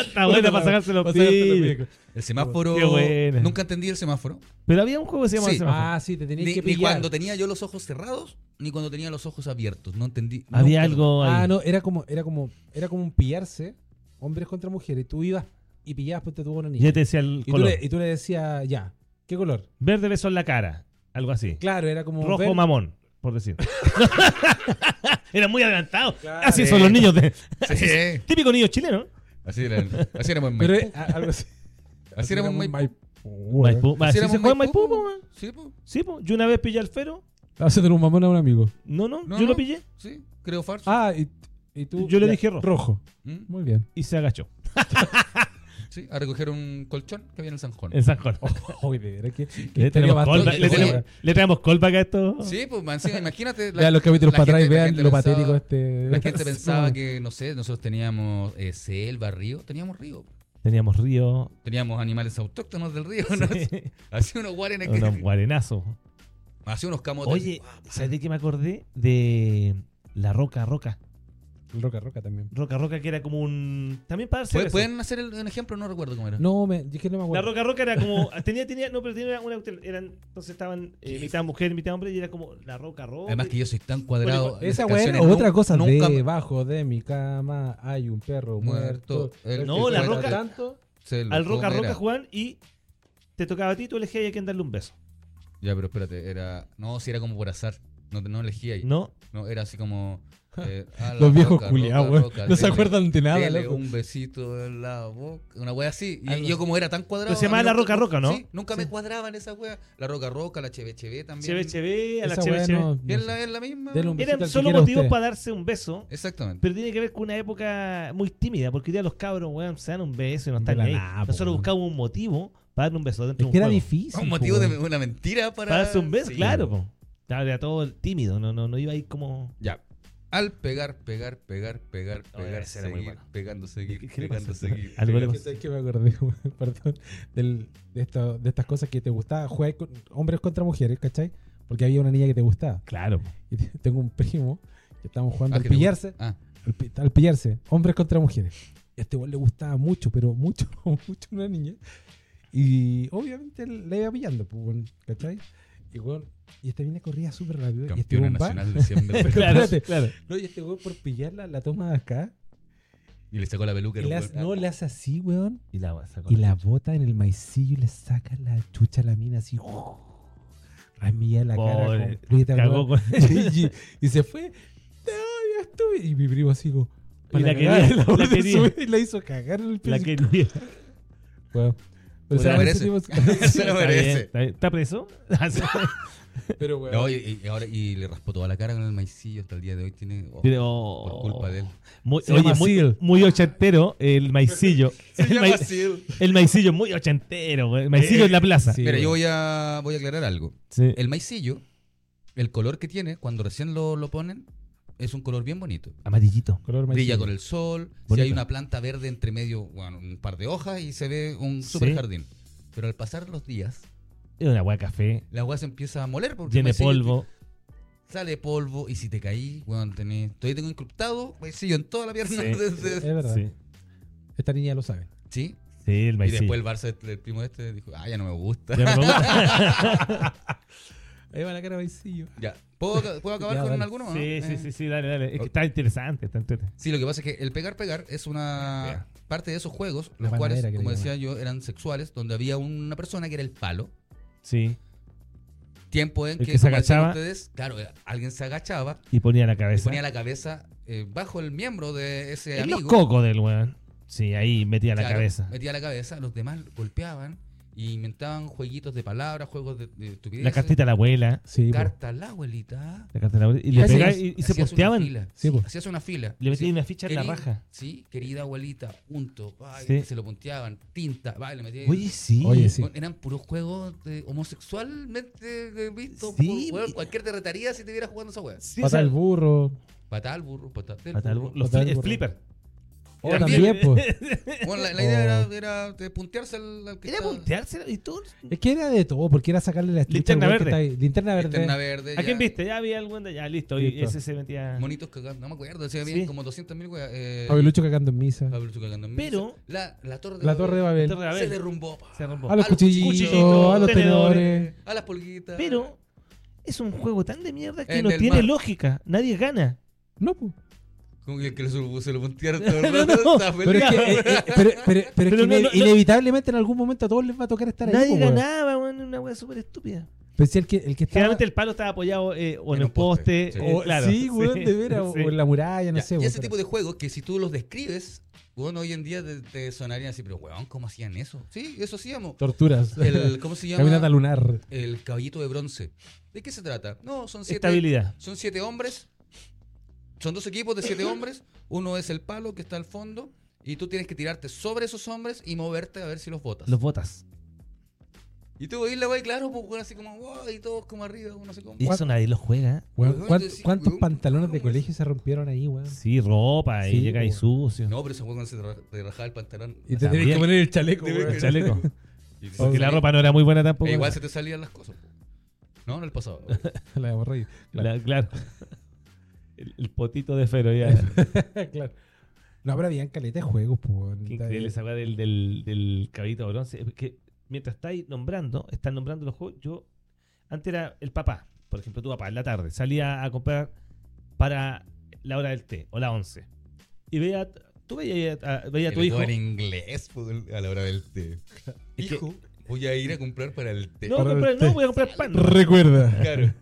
Está buena para sacarse los pies.
El semáforo.
Qué buena.
Nunca entendí el semáforo.
Pero había un juego que se llamaba
Sí.
el semáforo.
Ah, sí, te tenías
Ni,
que
ni
pillar.
cuando tenía yo los ojos cerrados, ni cuando tenía los ojos abiertos. No entendí.
había
nunca lo-
algo ahí.
Ah, no, era como, era como, era como un pillarse, hombres contra mujeres. Y tú ibas y pillabas, pues te tuvo una niña.
Ya te decía el
Y tú,
color.
le, y tú le decías, ya, ¿qué color?
Verde beso en la cara. Algo así.
Claro, era como
Rojo
ver-
mamón, por decir. [LAUGHS] era muy adelantado.
Claro.
Así son los niños. De,
[LAUGHS] Sí,
típico niño chileno.
así era. Así éramos en
Pero
Maipú.
eh, a- algo así.
[LAUGHS] Así éramos en
muy
Maipú.
Maipú.
Maipú. Ma-
Si
¿sí
éramos
se juega en Maipú,
Maipú,
po, weón?
Sí, po.
Sí, po. Yo una vez pillé al Fero.
Haces un mamón a un amigo.
No, no,
No,
yo lo
no.
pillé
sí, creo falso.
Ah, y, y tú.
Yo le
ya,
dije rojo.
¿Mm?
Muy bien.
y se agachó
Sí, a recoger un colchón que había en el Sanjón.
en San Juan.
Oye, de verdad que. que
Le
estaría
tenemos,
bastante-
callback, le,
Oye.
tenemos, le traemos callback a esto.
Sí, pues man, sí, imagínate. la-
Vean los capítulos
la
para atrás y
gente- la
vean
gente
lo
pensaba-
patético este.
La
[LAUGHS]
gente pensaba
No.
que, no sé, nosotros teníamos eh, selva, río. Teníamos río.
Teníamos río.
Teníamos animales autóctonos del río. ¿no? [LAUGHS] Hacía unos guarenes que.
unos guarenazos.
Hacía unos camotes.
Oye, ¿sabes de qué me acordé? De la roca, roca.
El Roca Roca también.
Roca, roca que era como un... También para darse
¿Pueden,
besos.
pueden hacer el- un ejemplo? No recuerdo cómo era.
No, me, yo es que no me
La
acuerdo.
roca roca era
[LAUGHS]
como. Tenía, tenía. No, pero tenía una. Eran, entonces estaban eh,
¿Qué?
mitad mujer, mitad hombre y era como la roca roca.
Además que yo soy tan cuadrado.
Bueno,
en
Esa
esas
weá era
canciones, nu-
otra cosa.
Nunca me-
Debajo de mi cama hay un perro muerto.
Muerto. El-
No,
que
la
cuenta
roca-
Tanto,
se lo-
Al
¿cómo
roca roca
era?
Juan y te tocaba a ti, tú elegías y hay que darle un beso.
Ya, pero espérate, era. No, si era como por azar. No, no elegí ahí. No.
No,
era así como. eh, a la
los viejos
roca,
culiados,
roca,
weón.
roca,
No se
dele-
acuerdan de nada,
dele
loco.
un besito en la boca. Una wea así. Y
Algo
yo, como era tan cuadrado.
Pero se llamaba
a mí
La
nunca-
Roca Roca, ¿no?
Sí, nunca me cuadraban esa wea. La roca roca, la cheve cheve también.
cheve cheve, a la
Esa
cheve
weá
cheve.
no- no
Es
sé.
la, es la misma.
Dele un besito al
Eran
que
solo
quiera
motivos
usted.
para darse un beso.
Exactamente.
Pero tiene que ver con una época muy tímida, porque hoy día los cabros, weón, se dan un beso y no
De
están
la
ni ahí.
nada, po,
Nosotros
weón.
buscábamos un motivo para darle un beso dentro
Es que
de un
era
juego.
difícil.
Un
po,
motivo
weón.
de una mentira para.
Para darse un beso,
Sí.
claro, po. Claro, Era todo tímido, no, no, no iba ahí como.
Ya. Al pegar, pegar, pegar, pegar, pegar,
ese era muy
seguir,
bueno.
pegando,
¿Qué-
seguir,
qué le
pegando,
pasa?
seguir.
Algo le
pegando.
Que sé que me acordé, weón, [LAUGHS] perdón, del- de, esto- de estas cosas que te gustaba jugar con hombres contra mujeres, ¿cachai? Porque había una niña que te gustaba.
Claro. po.
Y [LAUGHS] te- tengo un primo que estábamos jugando
Ah,
al
que le
pillarse,
gusta. Ah,
al, pi- al pillarse, hombres contra mujeres. Y a este weón le gustaba mucho, pero mucho, [LAUGHS] mucho una niña. Y obviamente él la iba pillando, pues, weón, ¿cachai? Y, weón, y esta niña corría súper rápido. Y este
campeona
weón va-
nacional de 100
[LAUGHS]
metros.
Claro,
[LAUGHS] Espérate.
claro.
No, y este weón por pillarla la toma de acá.
Y le sacó la peluca.
Y
era un
las-
buen-
no, le hace así, weón.
Y la weá sacó
Y
la
la bota en el maicillo y le saca la chucha a la mina así. [LAUGHS] ¡uh! Ramilla la cara
Pobre,
completa.
Cagó
weón.
con.
[LAUGHS] y, y se fue. No, ya estuve. Y mi primo así como. pa'
Y la
cagada,
quería, la
volvió a
quería.
subir Y [LAUGHS] la hizo cagar en el
La
piso.
Pues,
que
Weón. Pero
Se la
¿sabes? Ese
merece. [LAUGHS]
tipo-
Está
Se lo
bien,
merece.
está bien. ¿Está
[LAUGHS]
preso?
[LAUGHS] Pero, weón.
No, y, y ahora, y le raspó toda la cara con el maicillo hasta el día de hoy. Tiene. oh,
Pero-
por culpa de él.
Muy,
Se
oye,
llama
muy,
Seal.
muy ochentero el maicillo.
[LAUGHS]
[LAUGHS]
Se
el,
llama
mai-
Sil. Eh,
el maicillo muy ochentero, güey. El maicillo en la plaza.
sí.
Mira, yo voy a, voy a aclarar algo.
Sí.
El maicillo, el color que tiene cuando recién lo, lo ponen, es un color bien bonito.
Amarillito.
Color
Brilla
maicillo.
con el sol. Si
Bonito.
hay una planta verde entre medio, bueno, un par de hojas y se ve un
Sí.
super jardín. Pero al pasar los días,
Es una hueá café.
la agua se empieza a moler porque
Llena de
el maicillo
polvo.
te- Sale polvo y si te caí, bueno, tenés, todavía tengo incrustado maicillo en toda la pierna.
Sí. Eh,
desde-
Es verdad.
Sí.
Esta niña lo sabe.
Sí.
Sí, el
Y
maicillo.
después el Barça, el, el primo este, dijo, ah, ya no me gusta.
Ya no [LAUGHS]
[LAUGHS]
me gusta.
Ahí va la cara maicillo.
Ya. ¿Puedo, puedo acabar
Ya,
con
dale.
alguno? no?
sí, sí,
Eh.
sí, sí, dale, dale. Es que está interesante, está interesante.
Sí, lo que pasa es que el pegar pegar es una parte de esos juegos,
La
los cuales,
panadera que
como
le
decía yo, eran sexuales, donde había una persona que era el palo.
Sí.
Tiempo en
El
que,
que se
como decían
agachaba.
ustedes, claro, eh, alguien se agachaba
Y ponía la
y
cabeza.
ponía la cabeza eh, bajo el miembro de ese
en los
amigo.
cocos del weón. Sí, ahí metía la
Claro,
cabeza.
Metía la cabeza, los demás golpeaban y inventaban jueguitos de palabras, juegos de, de estupideces.
La cartita a la abuela.
Sí, po.
Carta a la abuelita.
La carta a la abuela. Y le
Hacías-
pegaba y, y se
hacías una
posteaban. pues.
fila,
Sí,
sí,
po.
hacías una fila.
Le
Sí.
metían una ficha en la
Querida-
raja.
Sí, querida abuelita, punto. Ay,
Sí.
Se lo punteaban, tinta, va, le metían-
Oye, sí.
Oye, sí.
Bueno, Eran puros juegos de- homosexualmente de- vistos.
Sí.
por- weón, cualquier te retaría si te vieras jugando esa wea.
Sí,
Pata
esa-
el burro.
Patal, burro, patate.
Patada al burro. Los
Patada
fli-
al
el
burro.
flipper.
Oh,
También.
también, pues.
[LAUGHS]
Bueno, la, la idea
Oh.
era, era de puntearse al, al que
Era
estaba-
punteársela y todo.
Es que era de todo, porque era sacarle la estrella
Linterna
al weón que
verde.
está ahí. Linterna verde.
Linterna verde.
¿A
ya.
quién viste? Ya había algún de ya, listo. Y
Listo.
ese se metía.
Monitos cagando, no me acuerdo. Decía
Sí.
bien como 200 mil weas. Eh,
Fabilucho cagando en misa.
Fabilucho cagando en misa.
Pero-
La, la torre de
La Torre de Babel.
Torre de Babel.
Se derrumbó. pa.
Se rompió.
A los
A los cuchillitos,
cuchillitos, a los
tenedores.
tenedores.
A las polguitas.
Pero es un juego tan de mierda que
En
no
el
tiene
mar.
lógica. Nadie gana.
No, pues.
Como que, que se, lo- se lo puntearon
[LAUGHS]
todo el
No,
rato,
no,
estaba
Pero es
feliz.
que, eh,
[LAUGHS]
eh, pero, pero- pero es
Pero
que
no,
ine-
no, no.
inevitablemente en algún momento a todos les va a tocar estar ahí.
Nadie
po, weón.
ganaba, weón. Una wea súper estúpida.
Pero si el que, el que estaba-
Generalmente el palo estaba apoyado eh, o en,
En
el
un poste,
poste.
sí.
o-
o-
claro,
Oh, sí, weón, de veras.
[LAUGHS] sí.
O en la muralla, no
Ya,
sé.
y
weón,
ese
pero-
tipo de juegos que si tú los describes, Bueno, hoy en día te, te sonarían así, pero weón, ¿cómo hacían eso? Sí, eso
[LAUGHS]
hacíamos.
Torturas.
El, ¿Cómo se
Caminata
llama?
lunar.
El caballito de bronce. ¿De qué se trata? No, son siete,
Estabilidad.
son siete hombres. Son dos equipos de siete hombres. Uno es el palo que está al fondo. Y tú tienes que tirarte sobre esos hombres y moverte a ver si los botas.
Los botas.
Y tú veis la wey, claro, pues weón, así como, wow, y todos como arriba, uno se como.
Y eso nadie lo juega.
Weón,
Weón,
¿cuánto-
sí,
¿Cuántos
weón,
pantalones de
weón.
colegio se rompieron ahí, weón?
Sí, pues. ropa, y
Sí,
llega ahí
weón.
sucio.
No, pero ese weón cuando se te ra- te rajaba el pantalón.
Y te
También.
tenías que poner el chaleco,
Tenés
weón.
que- [LAUGHS]
Chaleco.
y
Porque
te salía-
la ropa no era muy buena
e
tampoco.
igual se te salían las cosas. po. No, no el pasado.
[LAUGHS]
[LAUGHS]
La de borrar ahí.
La- claro. [LAUGHS] El, el potito de Fero [LAUGHS] ya.
claro. No, pero habían caleta de juegos, pues. weón.
Qué increíble esa weá del, del, del caballito de bronce. Es que mientras estáis nombrando, están nombrando los juegos, yo. Antes era el papá, por ejemplo, tu papá en la tarde, salía a comprar para la hora del té o la once. Y veía. Tú veías a, veía a tu
El
hijo.
weón en inglés po, a la hora del té.
Es que-
Hijo, voy a ir a comprar para el té.
No,
Para el
comprar-
té.
no, voy a comprar pan. [LAUGHS]
Recuerda.
Claro.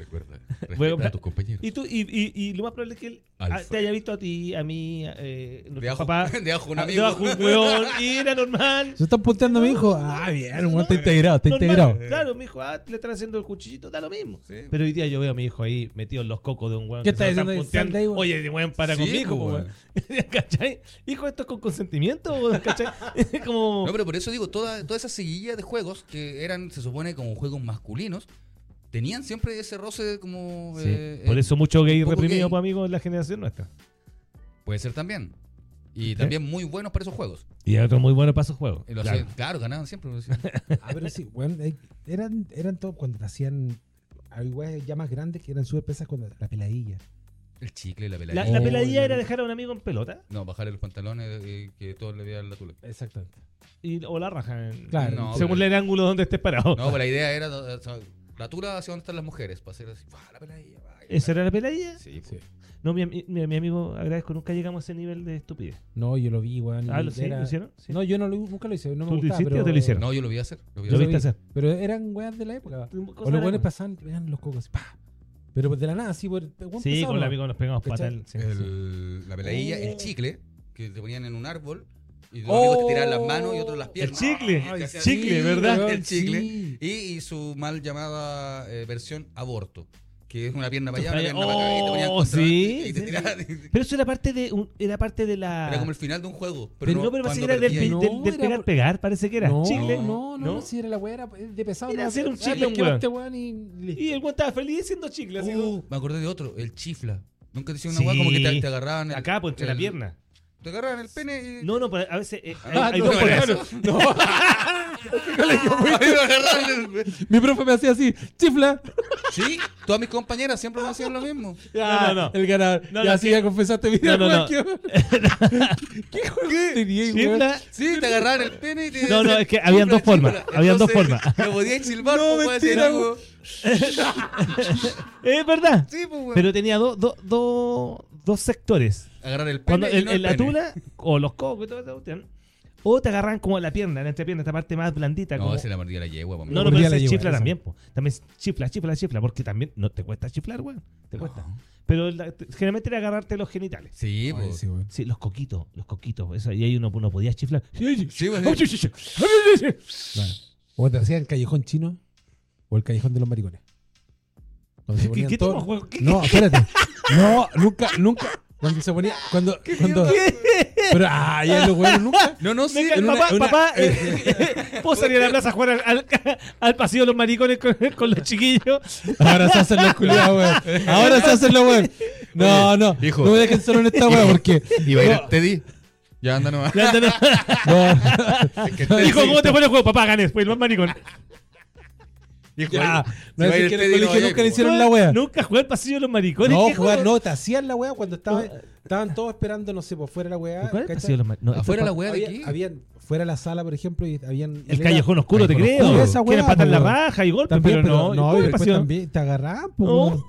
Recuerda, respeta a
comprar-
tus compañeros.
Y, tú, y, y, y lo más probable es que él ah,
Alfa.
te haya visto a ti, a mí, a, eh,
De
nuestro
ajo,
papá.
[LAUGHS] de ajo un
a-
amigo.
debajo de un
[LAUGHS]
weón, y era normal.
Se está punteando a mi hijo. Ah, bien, weón, está integrado, está
Normal.
integrado.
Claro, mi hijo, ah, le están haciendo el cuchillito, da lo mismo.
Eh. Sí.
Pero hoy día yo veo a mi hijo ahí metido en los cocos de un weón.
¿Qué
que se
está
lo están
diciendo el
punteando.
Sunday, weón?
Oye, weón, para
Sí, pues,
conmigo,
po,
weón. [LAUGHS] ¿Cachai? Hijo, esto es con consentimiento, weón,
[LAUGHS]
¿cachai? Es como.
No, pero por eso digo, toda, toda esa seguilla de juegos que eran, se supone, como juegos masculinos, tenían siempre ese roce como...
Sí,
eh,
Por
eh,
eso mucho gay
un poco
reprimido,
gay.
pues, amigo, en la generación nuestra.
Puede ser también. Y también muy buenos para esos juegos.
Y otro muy bueno para esos juegos.
Y Eh, lo
Claro.
hacían- Claro. ganaban siempre.
[LAUGHS]
lo hacían.
Ah, pero sí, weón, eh, eran, eran todos cuando te hacían. Hay weas ya más grandes que eran súper pesas cuando la peladilla.
El chicle, la
La,
peladilla.
la
Oh,
peladilla
la-
era dejar a un amigo en pelota
No, bajarle los pantalones y eh, que todos le vean la tula.
Exactamente.
y, o la raja. en-
Claro.
No,
según
pero-
el ángulo donde estés parado.
No, pero la idea era o sea, la tula hacia donde están las mujeres, para hacer así, ¡buah, la peladilla! ¡buah!
¿Esa era la peladilla?
Sí, pues.
No, mi, ami- mi, mi amigo, agradezco, nunca llegamos a ese nivel de estupidez.
No, yo lo vi, weón.
Ah,
y
¿lo, sí,
era-
¿Lo hicieron? Sí.
No, yo no lo, nunca lo hice. No me
¿Tú lo
gustaba,
hiciste o
pero-
te lo hicieron?
No, yo lo vi hacer. Lo vi
Yo
hacer.
vi-
Yo
viste hacer.
Pero eran weas de la época.
Cosas
O los
raras.
buenos pasaban, eran los cocos. ¡pah! Pero de la nada, sí, por, weón,
Sí,
pesado,
con el
¿no?
amigo nos pegamos
¿Cachai?
patal. sí, sí.
El- la peladilla,
Oh.
el chicle, que te ponían en un árbol. Y los
Oh.
amigos te tiraban las manos y otros las piernas.
chicle,
Ay, te hacían-
chicle,
Sí,
¿verdad?
weón,
weón,
El chicle.
sí.
Y, y su mal llamada eh, versión aborto, que es una pierna para allá, una
Ay,
pierna para acá, y te ponían
oh,
contra-
sí,
y te
sí. [LAUGHS]
tiraban-
Pero eso era parte de, un- era parte de la.
Era como el final de un juego. Pero,
Pero no,
no,
pero parece que
cuando
era del,
perdías-
del,
perdía.
del- del
No, era
pegar,
por-
pegar, parece que era.
no,
chicle.
No, no,
¿No?
no, si era la wea, era de pesado.
Era
no,
hacer un
ah,
chicle,
pesquemos
weón.
este weón y listo.
Y el weón estaba feliz siendo chicle. Así como-
Uh, me acordé de otro, el chifla. Nunca te hicieron una
Sí.
guay como que te, te
Uh,
agarraban el,
acá, pues entre la
el-
pierna.
Te agarraban el pene y. [LAUGHS]
No, no, pero a veces. eh, hay,
[LAUGHS] Ah,
hay
no,
dos
no,
poleas.
no,
[LAUGHS]
Mi profe me hacía así, chifla.
Sí, todas mis compañeras siempre me hacían lo mismo.
No, no, no.
Ah, El ganador.
No,
y
no,
así
que-
ya confesaste, mira,
No, no,
weón,
no.
[LAUGHS]
[LAUGHS]
qué- ¿Qué juego tenías, weón?
Chifla.
Sí, te agarraban el pene y te.
No, no, es que habían dos formas, habían dos formas.
Lo podías silbar,
No,
pues, puedes decir
mentira,
algo.
Es verdad.
Sí, pues, weón.
Pero tenía dos dos dos- dos sectores.
Agarrar el pene.
Cuando
y
en,
no
en
el
la
pene.
tula, o los cocos y toda esa cuestión, o te agarran como la pierna, la entrepierna, esta parte más blandita.
No,
como-
se la mordía la yegua, pues,
no,
Mordía
no, pero
la
se
yegua,
chifla
eso.
también, po. También chifla, chifla, chifla, porque también no te cuesta chiflar, weón. Te cuesta.
No.
Pero la- te- generalmente era agarrarte los genitales.
Sí,
Ay,
pues.
sí, weón.
Sí, los coquitos, los coquitos. Eso, y ahí uno, uno podía chiflar.
Sí, pues, sí.
Bueno, O te hacían el callejón chino o el callejón de los maricones. Cuando se
¿Qué,
ponían
qué
todos-
tipo de juego? ¿Qué-
No, espérate. No, nunca, nunca. Cuando se ponía. Cuando. cuando pero, ah, ya los huevos nunca.
No, no,
Me
sí.
diga,
en una-
papá,
en una-
papá, eh, [LAUGHS] ¿puedo salir a la plaza a jugar al, al, al pasillo de los maricones con, con los chiquillos?
Ahora se hacen los culiados, weón. Ahora se hacen los weón. No, no.
hijo.
No me dejen solo en esta weón porque.
Iba a ir el Teddy. Ya anda nomás.
Ya, ya, ya.
No,
Es que el Teddy-
Hijo, ¿cómo te fue el juego? Papá, gané, fue el más maricón.
Hijo,
ya.
ahí-
No
si va a
es
ir
que en
Teddy,
el
no
colegio
vaya,
nunca le
pues.
hicieron la wea.
Nunca jugué al pasillo de los maricones.
No,
¿qué
jugar,
juego?
no, te hacían la wea cuando estaba, estaban todos esperando, no sé, por fuera la wea.
¿Cuál es el
¿cachai? Ah,
pasillo de los maricones? No,
Afuera
esto
la
es
wea de
Había-
aquí.
habían fuera la sala, por ejemplo, y habían
pa- El callejón oscuro, te
Callejón
creo.
oscuro, esa
Quieren
weá,
patar la
po.
raja y golpe,
También, pues,
pero no. ¿cuál
no,
es
y
el
después
pasillo?
también te agarraban, po,
No.
weón.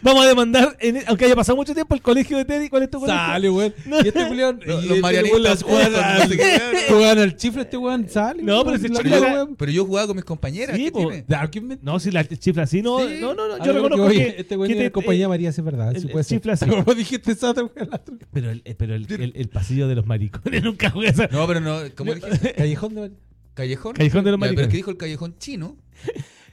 Vamos a demandar, en- aunque haya pasado mucho tiempo, el colegio de Teddy. ¿Cuál es tu colegio?
Sale, weón. Y este
[LAUGHS]
culión.
Los- los
y este
marianistas
weón,
juegan
juegan
al-
al- Juegan al chifle este weón. Sale.
No, pero
weón,
ese
la-
Pero
chifle
la-
era-
yo, pero yo jugaba con mis compañeras.
Sí,
¿qué
po.
tiene?
Da, ¿quién me-
No, si la chifla así, no.
Sí.
No, no, no,
Ah,
yo reconozco
oye,
que.
Este weón
que
era
te-
de compañía María, sí es verdad.
el-
sí
el
puede ser. [LAUGHS]
chifla sí.
Como dijiste esa otra weón,
[LAUGHS]
la otra.
Pero, el, eh, pero el, el- el pasillo de los maricones [LAUGHS] nunca juega esa.
No, pero no, como dije,
Callejón de
callejón.
Callejón de los
Ya, pero es
maricones.
que dijo el callejón chino.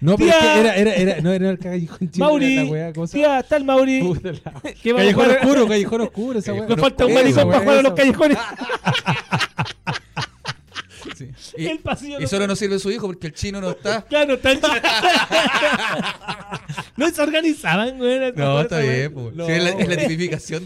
No, pero es
Tía.
que era, era, era, no era el callejón chino.
Mauri,
era la weá, ¿cómo se llama?
Tía, tal Mauri.
Puta la-
que vamos a
Callejón
jugar- [LAUGHS]
oscuro, callejón oscuro, esa weá.
Nos falta un
Esa
maricón
weá,
para jugar a los
esa- Ah,
callejones.
Sí.
el
Y,
pasillo.
y solo no sirve su hijo porque el chino no está.
Claro, tan [LAUGHS] No se organizaban, [LAUGHS] güey.
No, está bien. pues. po.
No,
Sí, es, la, es la
güey.
tipificación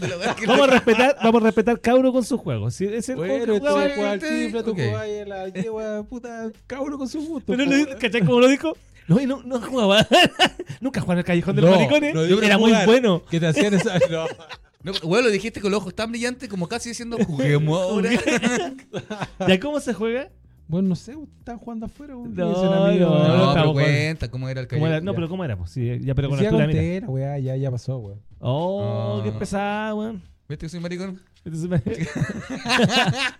[LAUGHS]
de la verdad. que-
Vamos a respetar, vamos a respetar cada uno con su juego. Si es el juego que
Bueno, tú
jugaba-
jugabas al chifle, tú
Ok.
jugabas a la yegua, puta, cada uno con su gusto.
pero
po,
lo,
weón.
¿cachai cómo lo dijo? No, y no, no jugaba. [LAUGHS] Nunca jugaba en el callejón de los
No,
maricones.
no digo
Era muy
jugar,
bueno.
Que te hacían esa. No.
No, güey, lo dijiste con los ojos tan brillantes como casi
[LAUGHS]
diciendo, juguemos ahora.
¿Ya cómo se juega?
Bueno, no sé, están jugando afuera. weón,
No,
dicen amigos.
no,
No,
estamos
pero
con-
cuenta cómo era el
¿Cómo era?
callejón.
No,
ya.
pero ¿cómo era? Pues, sí, ya, pero con
Sí, ya
altura, mira.
conté, la weá, ya, ya pasó, weón.
Oh, qué
Ah.
pesada, weón.
¿Viste que soy maricón?
Entonces [LAUGHS] me-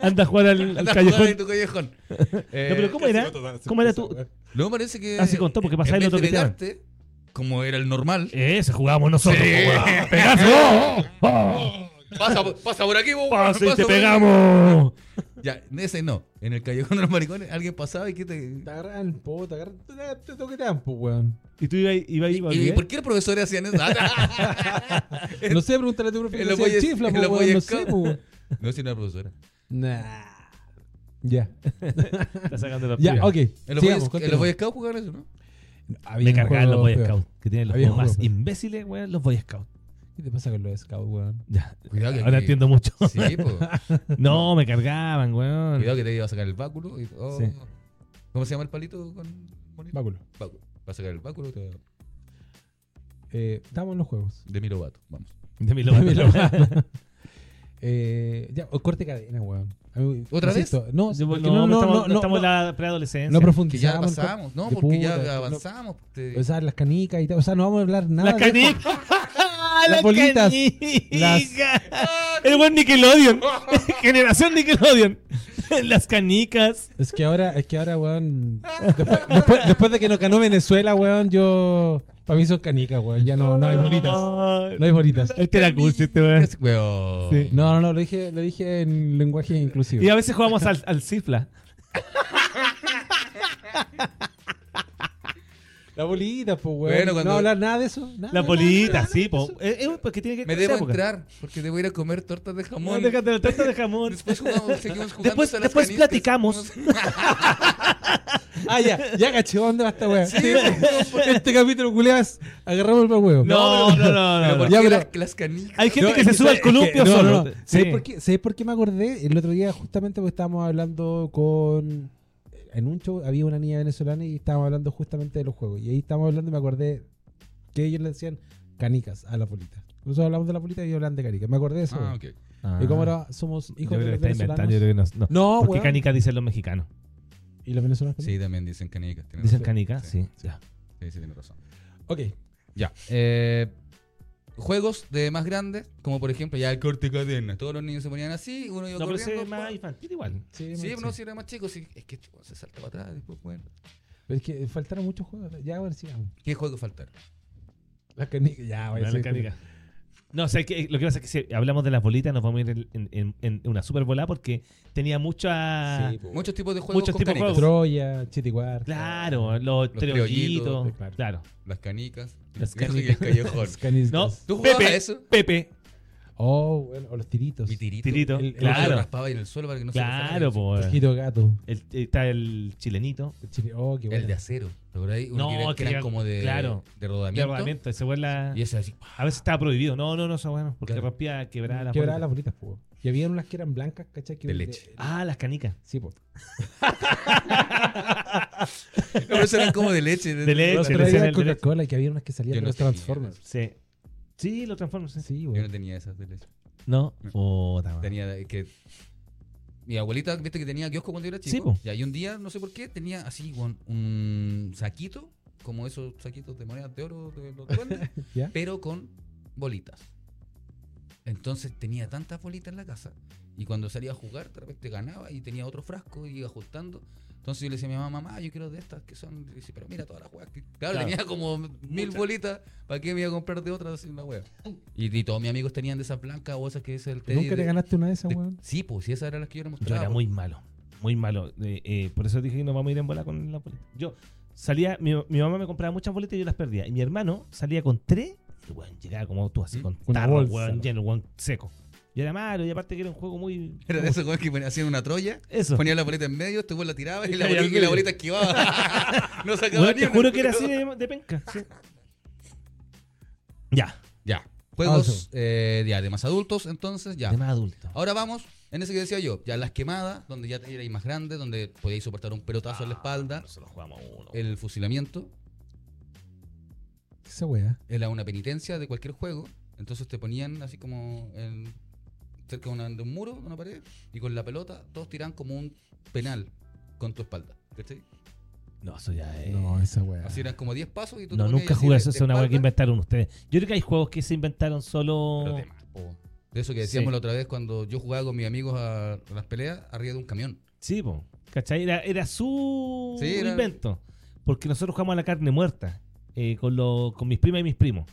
Anda a jugar al, al
Anda a jugar en
callejón. [LAUGHS]
tu callejón. Eh,
pero ¿Cómo era? ¿Cómo era tu-
Luego parece que.
Ah, sí, contó, porque pasaba
en
y lo
vez de
toqueteaban.
pegarte, Como era el normal.
Eh, se jugábamos nosotros.
Sí.
po, [LAUGHS] weón. Pegarse. Oh, oh, oh.
Pasa, por- pasa por aquí, vos.
Pasa y Ah, te
por-
pegamos.
Ya, en ese no. En el callejón de los maricones, alguien pasaba y que te.
Te agarran, po, te agarran, te- te toquetean, po, weón.
Y tú ibas ibas
¿Y, y por qué los profesores
[LAUGHS]
hacían eso? [LAUGHS]
No sé, pregúntale a tu
En
profe. que
los
hacía
Boy-
chifla,
en
po,
los
weón,
Boy
no sé,
Scout.
po, weón.
no, si no era profesora.
Nah. Ya,
Está sacando la
ya,
pila.
ok.
En los
sigamos,
Boy- en los
continuemos.
Boy Scouts jugaban eso, ¿no?
Había
Me
un
cargaban los
juego
Boy
peor.
Scouts. Que tienen los
Había
juegos
un
más
juego
imbéciles, weón, los Boy Scouts.
¿Qué te pasa con los Scouts, weón?
Ya.
Cuidado que
Ahora
aquí-
entiendo [LAUGHS] mucho.
Sí, po.
No, me cargaban, weón.
Cuidado que te iba a sacar el báculo. y- oh.
Sí.
¿Cómo se llama el palito con bonito?
Báculo.
Báculo. Va a sacar el báculo te va-
Eh, estamos en los juegos.
de Mirobato. Vamos.
De mi lobato.
De mi lobato. Eh, ya, o corte cadena, weón. A mí-
¿Otra vez?
insisto,
[LAUGHS]
No,
Sí,
porque
porque
no, no, no,
estamos,
no, no,
estamos en
no,
la preadolescencia.
no
Que ya
profundizamos. en el
pasamos, ¿no?
de
Porque
puta,
ya
no.
avanzamos. te-
co- O sea, las canicas y tal. O sea, Ah, no vamos a hablar nada.
las
de eso.
canicas. [LAUGHS]
Las bolitas.
canicas. El buen [LAUGHS] Nickelodeon. Generación Nickelodeon. [LAUGHS] Las canicas.
Es que ahora, es que ahora, weón. Después, después- después de que nos ganó Venezuela, weón, yo. Para mí son canicas, weón. Ya no, no hay bolitas. No hay bolitas.
Este era cursi, este weón.
Weón.
Sí.
No, no, no, lo dije, lo dije en lenguaje inclusivo.
Y a veces jugamos al, al cifla.
La bolita, pues, weón.
Bueno, cuando-
No hablar nada de eso. nada,
La
nada,
bolita,
nada,
sí,
nada
po.
de eso.
Es, es porque tiene que
Me
con
debo
esa época.
entrar porque debo ir a comer tortas de
No,
jamón.
déjate la torta de [LAUGHS] jamón.
Después jugamos, seguimos jugando
Después-
hasta las
después
canicas.
platicamos.
[LAUGHS]
Ah, ya, ya caché, ¿dónde va esta weá? [LAUGHS] este capítulo, culiás, agarramos el huevo.
No, no, no, no. [LAUGHS]
Pero
no.
¿por
Ya,
qué
pero-
las, las canicas?
Hay gente
No,
que
es
se sube
sabe-
al columpio
es que- no,
solo.
no, no.
Sí.
¿Sabes por, qué, sabes por qué me acordé? El otro día, justamente porque estábamos hablando con. En un show había una niña venezolana y estábamos hablando justamente de los juegos. Y ahí estábamos hablando y me acordé que ellos le decían canicas a la polita. Nosotros hablamos de la polita y ellos hablan de canicas. Me acordé de eso.
Ah,
weón.
ok.
Y cómo ahora somos
Yo
hijos
creo que
de
está
los
inventando, yo
venezolanos.
creo que no. no.
No,
Porque
weón.
canica dicen los mexicanos.
¿Y los venezolanos? también?
Sí, también dicen canicas. tienes
Dicen
razón.
canica, sí. ya.
Sí, sí, tienes razón.
Ok.
Ya. eh, juegos de más grandes, como por ejemplo ya el corte cadena. Todos los niños se ponían así, uno iba
No, pero ese
corriendo.
es más
¡pum!
infantil igual.
Sí,
Sí,
sí.
no, si era más chico, sí. Es que chico, se salta para atrás después, bueno.
Pero es que faltaron muchos juegos. Ya, a ver, sigamos.
¿Qué juego faltaron?
Las canicas, ya,
No,
vaya.
la canica. No, o sea, que, lo que pasa es que si hablamos de las bolitas nos vamos a ir en, en- en- en una super volada porque tenía mucha...
Muchos tipos de juegos
Muchos
con
tipos de juegos.
canicas.
pues. Troya, Chitiguar.
Claro, los,
criollitos,
treollitos.
pues, claro.
Claro.
Las canicas.
Las
[LAUGHS] Y el callejón.
No,
¿Tú jugabas a
Pepe,
eso?
Pepe,
Oh, bueno, o los tiritos.
Mi tirito.
tirito.
el- el-
Claro.
claro,
raspaba en el suelo para que no se
claro,
le
po.
El Ojito gato.
El- está el chilenito.
El chile- Oh, qué
salga. El de
bueno.
acero. Pero ahí uno
No,
que era, que
que
eran
era-
como de,
claro.
de
De
rodamiento.
rodamiento, ese fue la-
Y ese así. [LAUGHS]
A veces estaba prohibido. No, no, no, eso bueno, porque
Claro.
rompía, quebraba las
Quebraba las
bolitas.
bolitas, po. Y había unas que eran blancas, ¿cachai? Que
De leche.
Ah, las canicas.
Sí, po.
Pero eso eran como de leche.
De leche,
Los
se
traía
decían el de leche.
Coca-Cola y que había unas que salían
Yo
de
no
los
tenía
Transformers.
Sí. Sí, lo transformas. sí.
Sí,
Yo no
güey.
tenía esas de leche.
No.
No.
Puta, madre.
Mm. Tenía de- que. Mi abuelita, viste que tenía kiosco cuando yo era
Sí,
chico.
po.
Ya, y un día, no sé por qué, tenía así un, un saquito, como esos saquitos de monedas de oro de los duendes,
¿Ya?
pero con bolitas. Entonces tenía tantas bolitas en la casa. Y cuando salía a jugar, de repente ganaba y tenía otro frasco y iba juntando. Entonces yo le decía a mi mamá, mamá, yo quiero de estas que son. Y dice, pero mira todas las weas. que-". Claro,
Claro.
tenía como mil bolitas. ¿Para qué me iba a comprar de otras así una wea? Y, y todos mis amigos tenían de esas blancas o esas que es el Teddy
¿Nunca te
de-
ganaste una de esas,
de-
weón?
Sí, pues, sí, esas eran las que yo le
Yo
mostraba.
era
po.
muy malo, muy malo. Eh, eh, por eso dije que nos vamos a ir en bola con la boleta. Yo salía, mi, mi mamá me compraba muchas boletas y yo las perdía. Y mi hermano salía con tres, y el weón llegaba como tú, así
Mm,
con
una
tarro,
bolsa,
weón
¿no?
lleno, weón seco. Y era malo, y aparte que era un juego muy.
Era de esos weón que ponía- hacían una [LAUGHS] troya,
Eso.
ponía la boleta en medio, este weón la tiraba [LAUGHS] y la,
Y caía al
boli- y la
medio.
bolita esquivaba. [LAUGHS] no sacaba
Weón,
ni
te
una.
juro que era así de, de penca.
Ah.
sí. Ya,
Ya.
Awesome.
Juegos eh, ya, de más adultos, entonces, ya.
Ah,
Oh,
de más adulto.
Ahora vamos en ese que decía yo, ya las quemadas, donde ya erais más grandes, donde podíais soportar un pelotazo en la espalda, Eh,
Nosotros jugamos uno.
el fusilamiento,
Esa weá.
era una penitencia de cualquier juego, entonces te ponían así como en- cerca de, una- de un muro, de una pared, y con la pelota todos tiran como un penal con tu espalda. ¿cachai?
No, eso ya es.
No, esa weá.
Así eran como 10 pasos y tú te
No,
ponías
nunca
así
jugué
de-
eso,
de
es una weá que
espalda,
inventaron ustedes. Yo creo que hay juegos que se inventaron
pero
solo.
de más, po. Oh. De eso que decíamos
Sí.
la otra vez cuando yo jugaba con mis amigos a a las peleas arriba de
[LAUGHS]
un camión.
Sí, po. ¿Cachai? Era, era su
Sí, era-
invento. Porque nosotros jugamos a la carne muerta eh, con, los con mis primas y mis primos.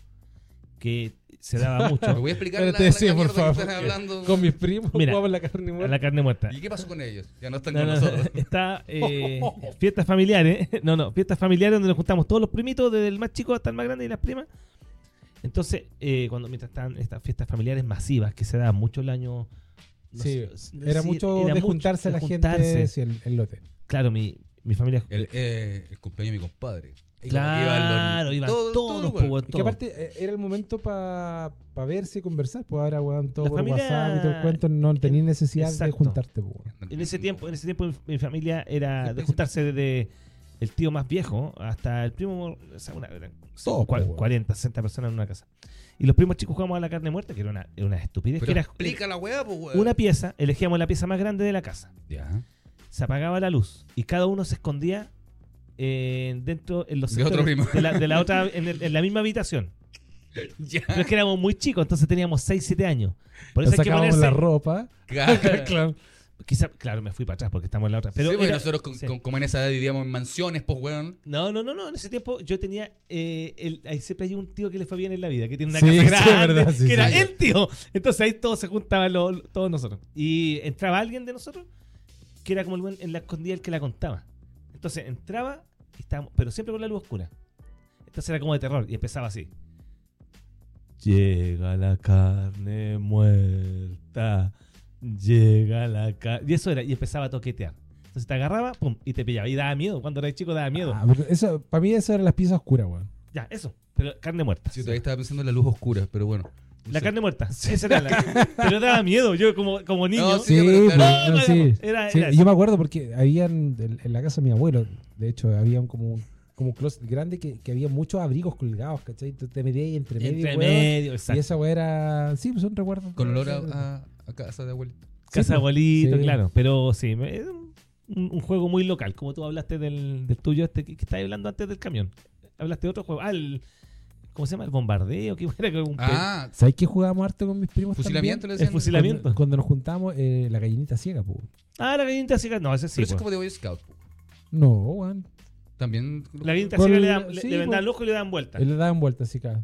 Que se
[LAUGHS]
daba
Me
mucho
voy a explicar
Pero
la-
te
la
decía, por
mierda que
favor.
estás hablando.
Con mis primos
Mira,
jugaba la carne
a
muerta.
la carne muerta.
¿Y qué pasó con ellos? Ya no están
No,
con
no, no. [LAUGHS]
nosotros.
Está
[LAUGHS]
eh, fiestas familiares. eh, No, no, fiestas familiares donde nos juntamos todos los primitos, desde el más chico hasta el más grande y las primas. Entonces, eh, cuando mientras estaban estas fiestas familiares masivas que se daban mucho el año. no
Sí,
sé,
era
sí,
mucho
era
de
mucho
juntarse a
de
la
juntarse.
gente sí, el, el lote.
Claro, mi, mi familia.
El, eh, el cumpleaños de mi compadre. Y
claro,
como que
iban
todo-
todos,
todo,
po,
weón.
weón,
Y que
todos.
aparte eh, era el momento para verse y conversar. Pues ahora, weón, todo
La
por
familia-
WhatsApp y todo el cuento, no tenías necesidad de
Exacto.
juntarte, pues, weón.
En ese tiempo, eh, en ese tiempo mi- mi familia
Sí,
era de
pues,
juntarse desde el tío más viejo hasta el primo, o sea, una, eran
Todo,
cua-
pues, weón.
40, 60 personas en una casa. Y los primos chicos jugábamos a la carne muerta, que era una, era una estupidez.
Pero
que era,
explica la weá, pues, weón.
una pieza, elegíamos la pieza más grande de la casa. [LAUGHS]
Ya.
Se apagaba la luz y cada uno se escondía eh, dentro en los
De otro
sectores,
primo.
de la, de
[LAUGHS]
la otra en, el- en la misma habitación.
Ya.
Pero es que éramos muy chicos, entonces teníamos 6, 7 años. Por eso
Nos
hay que
sacábamos
ponerse
la ropa.
[LAUGHS]
[LAUGHS]
[LAUGHS] Claro.
claro.
quizá, claro, me fui para atrás porque estamos en la otra,
Pero
pero
sí, porque
era-
nosotros, con-
sí.
con- como en esa edad vivíamos en mansiones, pues, weón.
No, no, no, no. En ese tiempo yo tenía. Eh, el, ahí siempre hay un tío que le fue bien en la vida, que tiene una
[LAUGHS] Sí,
casa
sí,
grande,
es verdad, sí,
que era
sí.
el tío. Entonces ahí todos se juntaban, los- los- todos nosotros. Y entraba alguien de nosotros que era como el buen en la escondida el que la contaba. Entonces entraba, y estábamos, pero siempre con la luz oscura. Entonces era como de terror y empezaba así. Llega la carne muerta. Llega la carne. Y eso era, y empezaba a toquetear. Entonces te agarraba, pum, y te pillaba. Y daba miedo. Cuando eras chico daba miedo.
Ah, pero eso, para mí eso era las piezas oscuras, weón.
Ya, eso. Pero carne muerta.
Sí, todavía estaba pensando en la luz oscura, pero bueno. No
la
sé.
carne muerta. Esa era la. pero daba miedo. Yo, como, como niño.
No,
Sí,
Sí, pero
pues,
claro.
no,
No,
sí.
era-
Sí,
era
Yo
eso.
me acuerdo porque habían en en la casa de mi abuelo, de hecho, había un- como un, como un closet grande que, que había muchos abrigos colgados, ¿cachai? Tú te metías ahí entre medio,
entre
weón,
medio,
y
exacto.
esa weá era. Sí, pues son recuerdos.
Con olor a, a- a casa de abuelita.
pues,
Casa abuelito,
Sí.
claro. Pero sí, me- es un, un juego muy local. Como tú hablaste del, del tuyo, este que, que estabas hablando antes del camión. Hablaste de otro juego. Ah, el. ¿Cómo se llama? El bombardeo. Que [LAUGHS] era como un pe-
Ah,
¿Sabes qué jugábamos harto con mis primos?
fusilamiento le
el
decían.
fusil-
también?
Fusilamiento.
Cuando, cuando nos juntábamos, eh, la gallinita ciega, pues.
Ah, la gallinita ciega. No, ese
Pero
sí. pues.
eso es
po.
como de Boy Scout. po.
No, weón.
También.
La gallinita
Con
ciega le,
el-
dan, le-
sí,
le
po.
vendan el ojo y le dan vuelta.
Él le daban vueltas así, acá.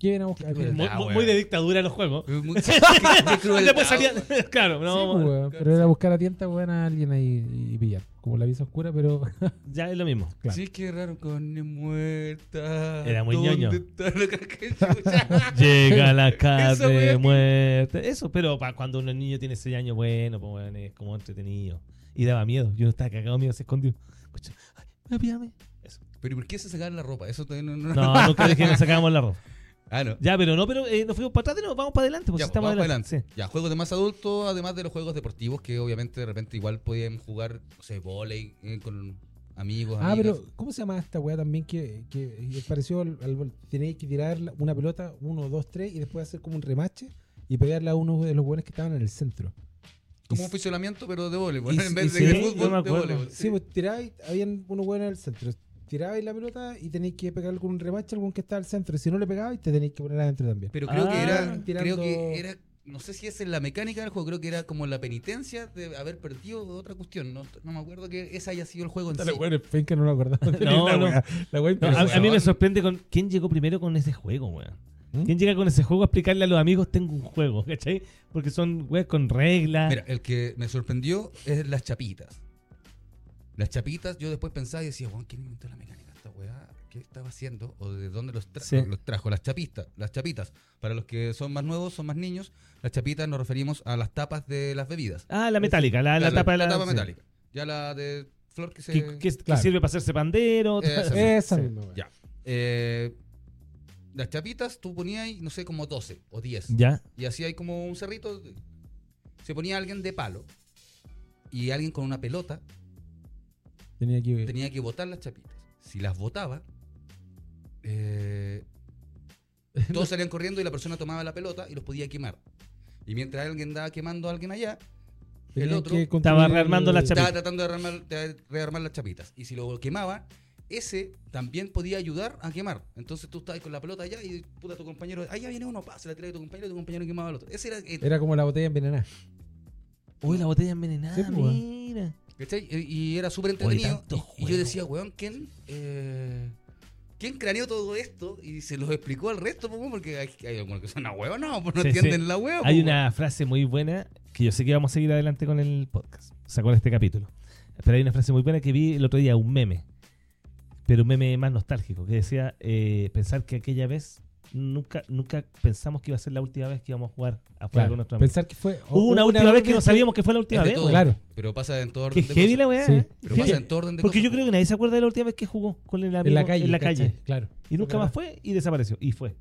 ¿Qué ven a buscar?
Qué
Muy,
Ah,
muy-
weón.
muy de dictadura los juegos.
Muy-
[LAUGHS]
qué- qué crueldad,
Después pues, salía.
weón.
[LAUGHS] claro,
Sí,
no.
pues, weón, pero era buscar a tienta, weón, a alguien ahí y pillar. Como la visa oscura, pero.
ya es lo mismo.
Claro.
Sí, qué raro, carne muerta.
Era muy
¿Dónde
ñoño.
está la caca
[LAUGHS]
que chucha?
Llega
[LAUGHS]
la carne
wea que-
muerta. Eso, pero para cuando un niño tiene 6 años, bueno, pues bueno, es como entretenido. Y daba miedo. Yo estaba cagado miedo, se escondió. Escucha, ay, me píame.
Pero ¿y por qué se sacaban la ropa? Eso todavía no. no-
No, nunca dije que nos sacábamos la ropa.
[LAUGHS] Ah, no.
Ya, pero no, pero eh, nos fuimos para atrás de nuevo, vamos para adelante, porque
Ya,
estamos
vamos para
adelante.
adelante. Ya, juegos de más adultos, además de los juegos deportivos, que obviamente de repente igual podían jugar, no sé, volei eh, con amigos.
[LAUGHS] Ah,
amigas.
pero ¿cómo se llama esta weá también que, que es parecido al, al bol- Tenéis que tirar la- una pelota, uno, dos, tres, y después hacer como un remache y pegarle a uno de los buenos que estaban en el centro.
Como un fusilamiento, pero de voleibol.
y-
en vez
y
de,
sí,
de
yo me
fútbol, de
acuerdo.
pues,
voleibol.
Sí, pues tiráis, habían unos buenos en el centro. tirabais la pelota y tenéis que pegarle con un remache al weón que está al centro. Y si no le pegabais, te tenéis que poner adentro también.
Pero creo que
Ah,
era. Creo
tirando-
que era. No sé si es en la mecánica del juego, creo que era como la penitencia de haber perdido de otra cuestión. No, no me acuerdo que ese haya sido el juego en sí.
Dale, weón, es penca, [LAUGHS] no lo acordaba.
No,
la
no.
weá. La weá
No,
impresionante.
a, a mí me sorprende con quién llegó primero con ese juego, weón.
¿Mm?
¿Quién llega con ese juego a explicarle a los amigos tengo un juego, [LAUGHS] ¿cachai? Porque son weas con reglas.
Mira, el que me sorprendió es las chapitas. Las chapitas, yo después pensaba y decía, Juan, ¿quién inventó la mecánica de esta weá? ¿Qué estaba haciendo? ¿O de dónde los, tra-
Sí.
los trajo? Las chapitas, las chapitas. Para los que son más nuevos, son más niños, las chapitas nos referimos a las tapas de las bebidas.
Ah, la metálica, la, la
Claro,
tapa de la.
tapa
sí.
metálica. Ya la de flor que se...
Que, que- que
Claro.
sirve para hacerse pandero.
Esa
tal.
misma.
Esa
Sí.
misma, weá.
Ya. Eh, las chapitas tú ponías, ahí, no sé, como 12 o 10.
[LAUGHS] Ya.
Y así hay como un cerrito. Se ponía alguien de palo. Y alguien con una pelota
Tenía que.
tenía que botar las chapitas. Si las botaba, eh, todos salían corriendo y la persona tomaba la pelota y los podía quemar. Y mientras alguien daba quemando a alguien allá,
tenían
el otro
que
Estaba
construir-
rearmando la chapa.
estaba tratando de rearmar, de rearmar las chapitas. Y si lo quemaba, ese también podía ayudar a quemar. Entonces tú estabas con la pelota allá y puta tu compañero, allá viene uno, pasa, la tira de tu compañero y tu compañero quemaba al otro. Ese era, eh,
Era como la botella envenenada.
Uy, la botella envenenada,
Sí, pues, weón.
mira.
¿Cachai? Y- Y era súper entretenido.
tanto
Y, y yo
juego.
decía, weón, ¿quién, eh, ¿quién craneó todo esto? Y se los explicó al resto, po, weón, porque hay, hay algunos que son a huevo, no, pues no
Sí,
entienden
sí.
la huevo.
Hay
po,
una frase muy buena que yo sé que vamos a seguir adelante con el podcast, o sea, con este capítulo. Pero hay una frase muy buena que vi el otro día, un meme, pero un meme más nostálgico, que decía, eh, pensar que aquella vez nunca nunca pensamos que iba a ser la última vez que íbamos a jugar afuera
Claro.
con nuestro amigo.
Pensar que fue.
Hubo Oh, una, última vez que no sabíamos que fue la
Es de
última vez.
todo,
weón.
Claro.
Pero pasa en todo orden
Qué
de
heavy
cosas.
la weá.
Sí.
¿eh?
Pero
Sí.
pasa en todo orden de
Porque yo
cosas,
creo que nadie se acuerda de la última vez que jugó con el amigo
En la calle.
en la calle.
¿cachai? Claro.
Y nunca más fue y desapareció. Y fue.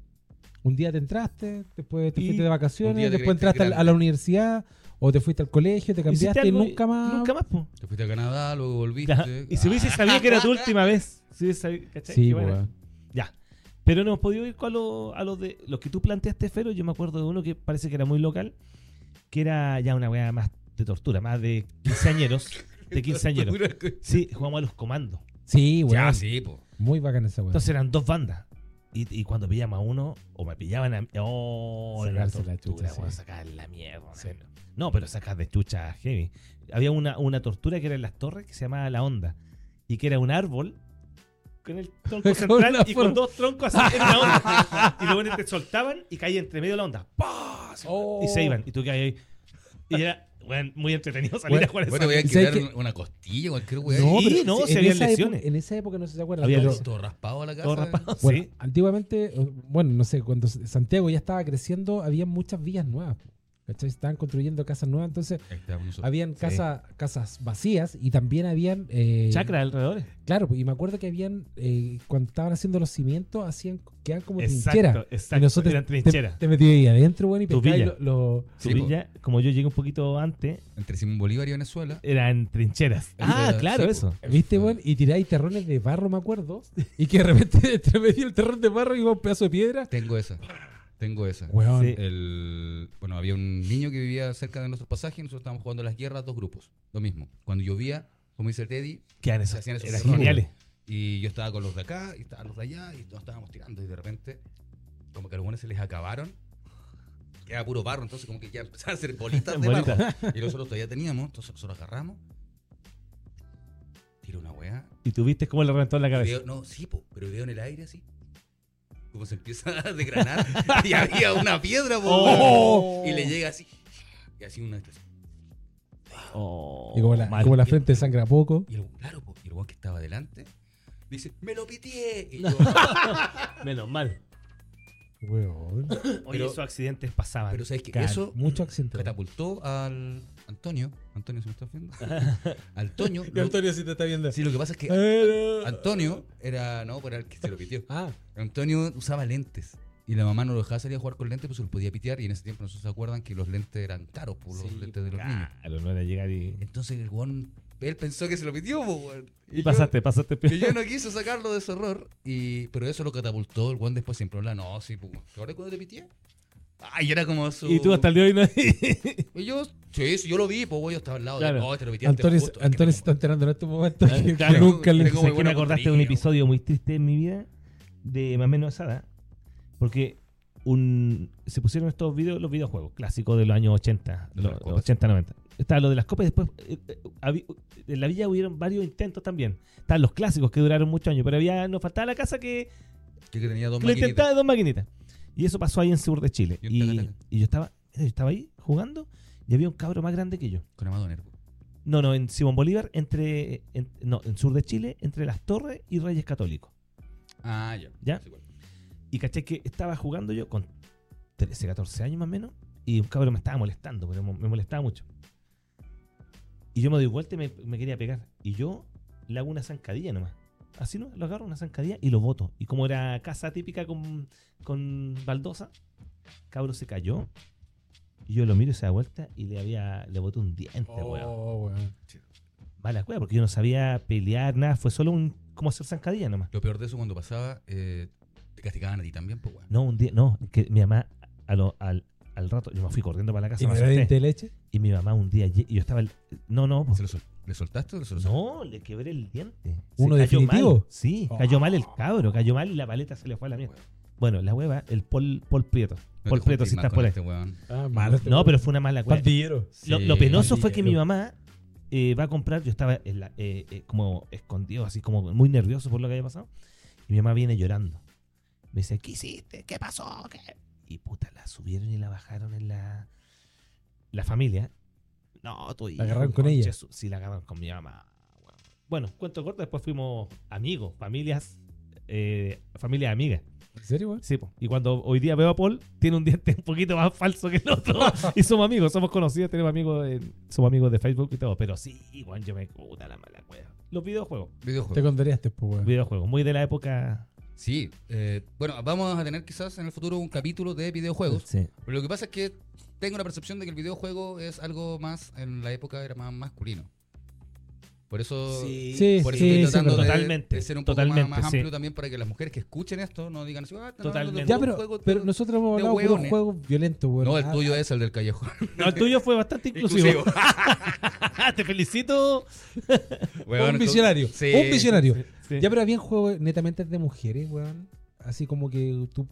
Un día te entraste, después te
Y-
fuiste de
Un día
vacaciones,
te
después
creíste
entraste al- a
grande.
la universidad o te fuiste al colegio, te
Hiciste
cambiaste y
algo
nunca más.
Nunca más, po.
Te fuiste a Canadá, luego volviste.
Ya. Y Ah. si hubiese sabido que era [LAUGHS] tu última vez. Si hubiese sabido, ¿cachai?
Sí,
Qué buena.
weón.
Ya. Pero no hemos podido ir con lo- a los de los que tú planteaste, Fero. Yo me acuerdo de uno que parece que era muy local, que era ya una weá más de tortura, más de quinceañeros. [LAUGHS]
Ah,
de
[LAUGHS]
quinceañeros. Sí, jugamos a los comandos.
Sí, weón.
Ya, sí, po.
Muy bacana esa weón.
Entonces eran dos bandas. Y, y cuando pillamos a uno, o me pillaban a mí. Oh, era una
Sacarse la
tortura,
chucha,
weón,
sí.
sacar la mierda. weón. No, pero sacas de chucha heavy. Había una, una tortura que era en las torres que se llamaba La Onda. Y que era un árbol con el tronco
[LAUGHS] Con
central
la
y con
forma.
dos troncos así en la
[LAUGHS]
onda. y luego te soltaban y caía entre medio de la onda. ¡Pah! Se-
Oh.
Y se iban. Y tú caías ahí. Y era weón, muy entretenido salir
Bueno,
a jugar esa
Bueno, voy a
¿Sabes
quitar
qué?
una costilla, cualquier weá.
No,
Y
pero- no,
en
se habían
esa época-
lesiones.
en esa época no se acuerda.
Había
pero-
lesiones.
Todo raspado a la casa.
Todo rapado.
eh, Bueno,
sí.
antiguamente, eh, bueno, no sé, cuando S- Santiago ya estaba creciendo, había muchas villas nuevas. po, ¿Cachai? Estaban construyendo casas nuevas, entonces
Ahí estábamos Este, nosotros.
habían casa- casas vacías y también habían... eh,
Chacra alrededor.
Claro, po, y me acuerdo que habían, eh, cuando estaban haciendo los cimientos, hacían, quedaban como
Exacto,
trincheras.
exacto.
Y nosotros
eran
te-
trincheras.
Te, metías ahí adentro, bueno, y
Tu
pescabas
villa.
lo- lo-
Sí,
Tu
po.
villa, como yo llegué un poquito antes,
Entre Simón Bolívar y Venezuela.
eran trincheras.
Era-
Ah, claro,
sí, po.
eso.
¿Viste, weón? Y tiráis terrones de barro, me acuerdo. [LAUGHS] Y que de repente [LAUGHS] entre medio el terrón de barro iba un pedazo de piedra.
Tengo esa. Tengo esa.
Weón.
Sí.
El- bueno, había un niño que vivía cerca de nuestro pasaje y nosotros estábamos jugando las guerras, dos grupos. Lo mismo. Cuando llovía, como dice el Teddy,
Que eran
se
esos,
hacían esos
eran
cerrones.
geniales.
y yo estaba con los de acá y estaban los de allá y nos estábamos tirando y de repente, como que a los buenos se les acabaron. Era puro barro, entonces como que ya empezaban a hacer bolitas de
Bolitas.
barro. Y nosotros todavía teníamos, entonces nosotros agarramos. Tiro una weá.
Y tuviste cómo le reventó en la
y
cabeza.
veo- no, sí, po, pero veo en el aire así. Como se empieza a desgranar. [LAUGHS] y había una piedra, po,
Oh.
Y le llega así. Y así una.
Oh,
y como la,
mal.
como la frente sangra poco.
Y el, claro, po, y el weón que estaba adelante dice: ¡Me lo pitié! Y yo,
Menos mal.
Weón.
Oye,
Pero-
esos accidentes pasaban.
Pero sabes que
Cal-
eso
Mucho accidente.
catapultó al Antonio. Antonio, si me estás viendo. al Toño.
Que
lo-
sí te está viendo.
sí, lo que pasa es que
Pero-
Antonio era. No, por el que se lo pitió.
Ah,
Antonio usaba lentes. Y la mamá no lo dejaba salir a jugar con lentes, pues se los podía pitear. Y en ese tiempo no sé si se acuerdan que los lentes eran caros, por los
Sí,
lentes de los niños.
Claro, no era llegar y.
Entonces el weón, él pensó que se lo pitió, po, weón.
Y
yo-
pasaste, pasaste.
Que yo no quiso sacarlo de ese horror. Y, pero eso lo catapultó. El weón después siempre habla, no, sí, pues, ¿ahora cuando te pitié? Ay, era como su.
Y tú hasta el día de hoy no.
Y yo, sí, sí, yo lo vi, pues, güey, yo estaba al lado.
Claro.
De, oh, este repitiente
Antonio,
justo,
Antonio se
que
está enterando en este [LAUGHS] momento
Ah,
que,
claro.
que nunca le
Tengo
¿Sabes
muy
que
buena
me acordaste
compañía,
de un
weón.
episodio muy triste en mi vida de más o menos esa edad? Porque un, se pusieron estos videos, los videojuegos clásicos de los años 80,
De
los,
las
los
copas.
80, 90. Estaba lo de las copas y después eh, eh, habí- en la villa hubieron varios intentos también. Estaban los clásicos que duraron muchos años, pero había, nos faltaba la casa que
me- Que, tenía dos
lo intentaba
maquinitas.
de dos maquinitas. Y eso pasó ahí en sur de Chile.
Y
Y,
un taca-taca.
y yo estaba yo estaba ahí jugando y había un cabro más grande que yo.
Con pues. Amado Nervo.
No, no, en Simón Bolívar, entre. en- no, en sur de Chile, entre Las Torres y Reyes Católicos.
Ah, ya.
¿Ya?
Sí, bueno.
Y caché que estaba jugando yo con 13, 14 años más o menos. Y un cabrón me estaba molestando, pero mo- me molestaba mucho. Y yo me doy vuelta y me, me quería pegar. Y yo le hago una zancadilla nomás. Así no, lo agarro una zancadilla y lo boto. Y como era casa típica con, con baldosa, cabrón se cayó. Y yo lo miro y se da vuelta y le había le boté un diente, weón.
Oh, weón.
Mala cueva, porque yo no sabía pelear, nada. Fue solo un como hacer zancadilla nomás.
Lo peor de eso cuando pasaba, eh, te castigaban a ti también, pues, güey.
No, un día, no, que mi mamá a lo- al, al rato, yo me fui corriendo para la casa,
¿Y no
me
era diente
asusté,
de leche?
y mi mamá un día, lle- y yo estaba, al- no, no, pues,
¿Se lo sol- ¿Le soltaste o se lo soltaste?
no, le quebré el diente. Se
¿Uno
cayó
definitivo?
mal. Sí,
Oh.
cayó mal el cabro, cayó mal y la paleta se le fue a la mierda. Bueno, la hueva, el Paul, Paul Prieto,
te
Paul Prieto
juntes
si
más
estás
con
por ahí.
este weón.
Ah, malo. este
No,
weón.
pero fue una mala hueva.
Pandillero.
Lo,
Sí.
lo penoso fue que mi
Pandillero.
mamá eh, va a comprar, yo estaba en la- eh, eh, como escondido, así como muy nervioso por lo que había pasado. Y mi mamá viene llorando. Me dice, ¿qué hiciste? ¿Qué pasó? ¿Qué? Y puta, la subieron y la bajaron en la, la familia. No, tu hijo,
agarraron con
conche
ella?
su- Sí, la agarraron con mi mamá. weón. Bueno, cuento corto, después fuimos amigos, familias, eh, familias amigas.
¿En serio, weón?
Sí, po. y cuando hoy día veo a Paul, tiene un diente un poquito más falso que el
[LAUGHS]
otro. y somos amigos, somos conocidos, tenemos amigos, en- somos amigos de Facebook y todo. Pero sí, igual yo me puta la mala cueva. Los videojuegos.
Te
Videojuegos.
contarías pues, weón.
Videojuegos, muy de la época.
Sí. eh, bueno, vamos a tener quizás en el futuro un capítulo de videojuegos.
Sí.
Pero lo que pasa es que tengo la percepción de que el videojuego es algo más, en la época era más masculino. Por eso,
Sí,
por eso
sí,
estoy
sí,
tratando
pero-
de,
Totalmente,
de ser un poco
totalmente,
más, más
sí.
amplio también para que las mujeres que escuchen esto no digan así, ah, están hablando de
Totalmente.
Ya,
un
pero,
juego-
pero nosotros hemos
de
hablado de un
hueones.
juego violento, weón.
No, el
Ah,
tuyo es el del
[LAUGHS]
callejón.
No, el tuyo fue bastante inclusivo. [LAUGHS] Te felicito.
[LAUGHS] Weón,
un visionario.
sí.
Un visionario.
Sí.
Ya, pero había juegos netamente de mujeres, weón. Así como que tú,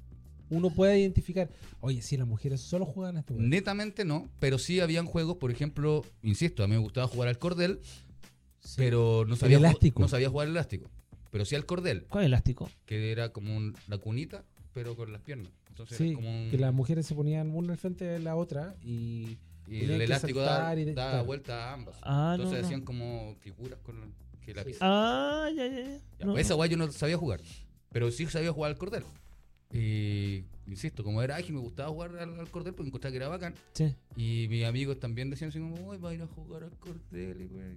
uno puede identificar. Oye, sí, las mujeres solo juegan a este weón.
Netamente no, pero sí habían juegos, por ejemplo, insisto, a mí me gustaba jugar al cordel, pero no sabía, ju-
elástico.
no sabía jugar al elástico. Pero sí al cordel,
¿Cuál elástico?
que era como un- la cunita, pero con las piernas. Entonces
Sí,
era como un,
que las mujeres se ponían una al frente de la otra y.
y
tenían
el
que
elástico daba,
saltar y de-
daba
claro.
vuelta a ambas.
Ah, no,
Entonces
no.
hacían como figuras con que la
Sí.
pizza.
Ah, ya, ya, ya.
Ya,
No,
pues esa guay yo no sabía jugar, pero sí sabía jugar al cordel. Y insisto, como era ágil, me gustaba jugar al, al cordel porque encontraba que era bacán.
Sí.
Y mis amigos también decían así como, uy, va a ir a jugar al cordel, y güey.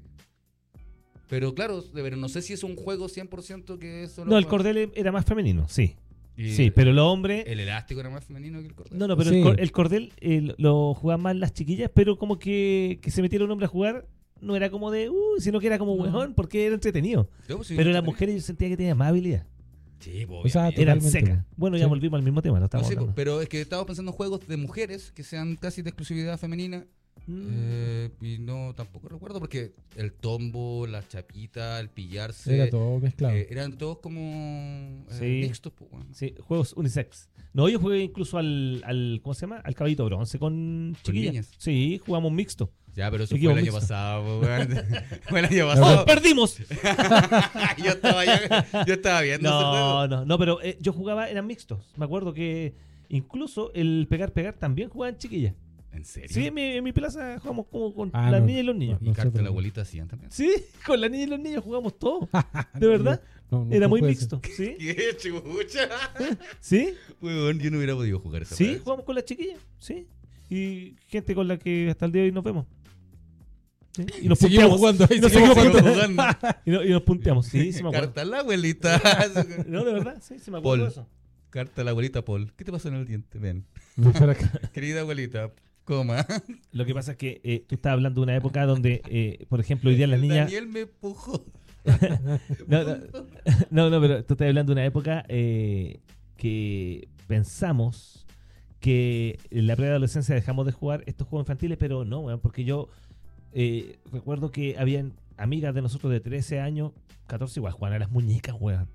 Pero claro, de ver, no sé si es un juego 100% que es solo...
No, el
para-
cordel era más femenino, sí.
Y
Sí, pero los hombres.
El elástico era más femenino que el cordel.
No, no, pero
Sí.
el, cor- el cordel eh, lo- lo jugaban más las chiquillas, pero como que, que se metiera un hombre a jugar, no era como de, uh, sino que era como
No.
huevón, porque era entretenido.
Yo, pues, sí,
pero
yo
las
tenía-
mujeres yo sentía que tenían más habilidad.
Sí, pues,
O sea,
obviamente.
Eran
Totalmente.
secas. Bueno, ya
Sí.
volvimos al mismo tema, lo
No
estamos
sé, pues,
hablando.
pero es que estaba pensando en juegos de mujeres que sean casi de exclusividad femenina.
Mm.
eh, y no, tampoco recuerdo porque el tombo, la chapita, el pillarse...
Era todo mezclado.
eh, eran todos como eh,
Sí.
mixtos, pues, bueno.
Sí, juegos unisex. No, yo jugué incluso al, al ¿cómo se llama? Al caballito bronce con chiquillas.
niñas.
Sí, jugamos mixto.
Ya, pero eso
Equipo
fue el año
mixto.
pasado, pues, weón. [LAUGHS] Fue el año
¡Oh,
pasado.
perdimos!
[LAUGHS] yo, estaba ya- yo estaba viendo ese juego.
No, no, no, pero eh, yo jugaba, eran mixtos. Me acuerdo que incluso el pegar-pegar también jugaban chiquillas.
¿En serio?
Sí, en mi, en mi plaza jugamos como con
Ah,
las
no.
niñas y los niños.
[LAUGHS] ¿Y
No sé,
Carta
pero-
la abuelita hacían también?
Sí, con las niñas y los niños jugamos
[LAUGHS]
todo.
Ah,
¿De
no,
verdad?
yo- no, no,
Era
no
muy
puede
mixto. ¿Sí?
¿Qué chucha?
¿Sí?
Weón, yo no hubiera podido jugar esa
¿Sí?
weá.
Jugamos con las chiquillas. ¿Sí? Y gente con la que hasta el día de hoy nos vemos. ¿Sí? Y nos
ser.
punteamos.
Seguimos jugando. ahí
Y nos
seguimos
seguimos
jugando.
punteando.
[LAUGHS]
Y, no- y nos punteamos. Oh, Sí, sí me acuerdo.
Carta la abuelita. [LAUGHS]
No, de verdad, sí, sí me acuerdo
Paul.
de eso.
Carta la abuelita Paul. ¿Qué te pasó en el diente? Ven.
[LAUGHS] Para acá.
Querida abuelita, coma.
Lo que pasa es que eh, tú estabas hablando de una época donde, eh, por ejemplo, hoy día las
El
niñas...
Daniel me empujó.
No, no, [LAUGHS] no, no, pero tú estás hablando de una época eh, que pensamos que en la preadolescencia dejamos de jugar estos juegos infantiles, pero no, weón, porque yo eh, recuerdo que habían amigas de nosotros de 13 años, 14 igual, jugaban a las muñecas, weón.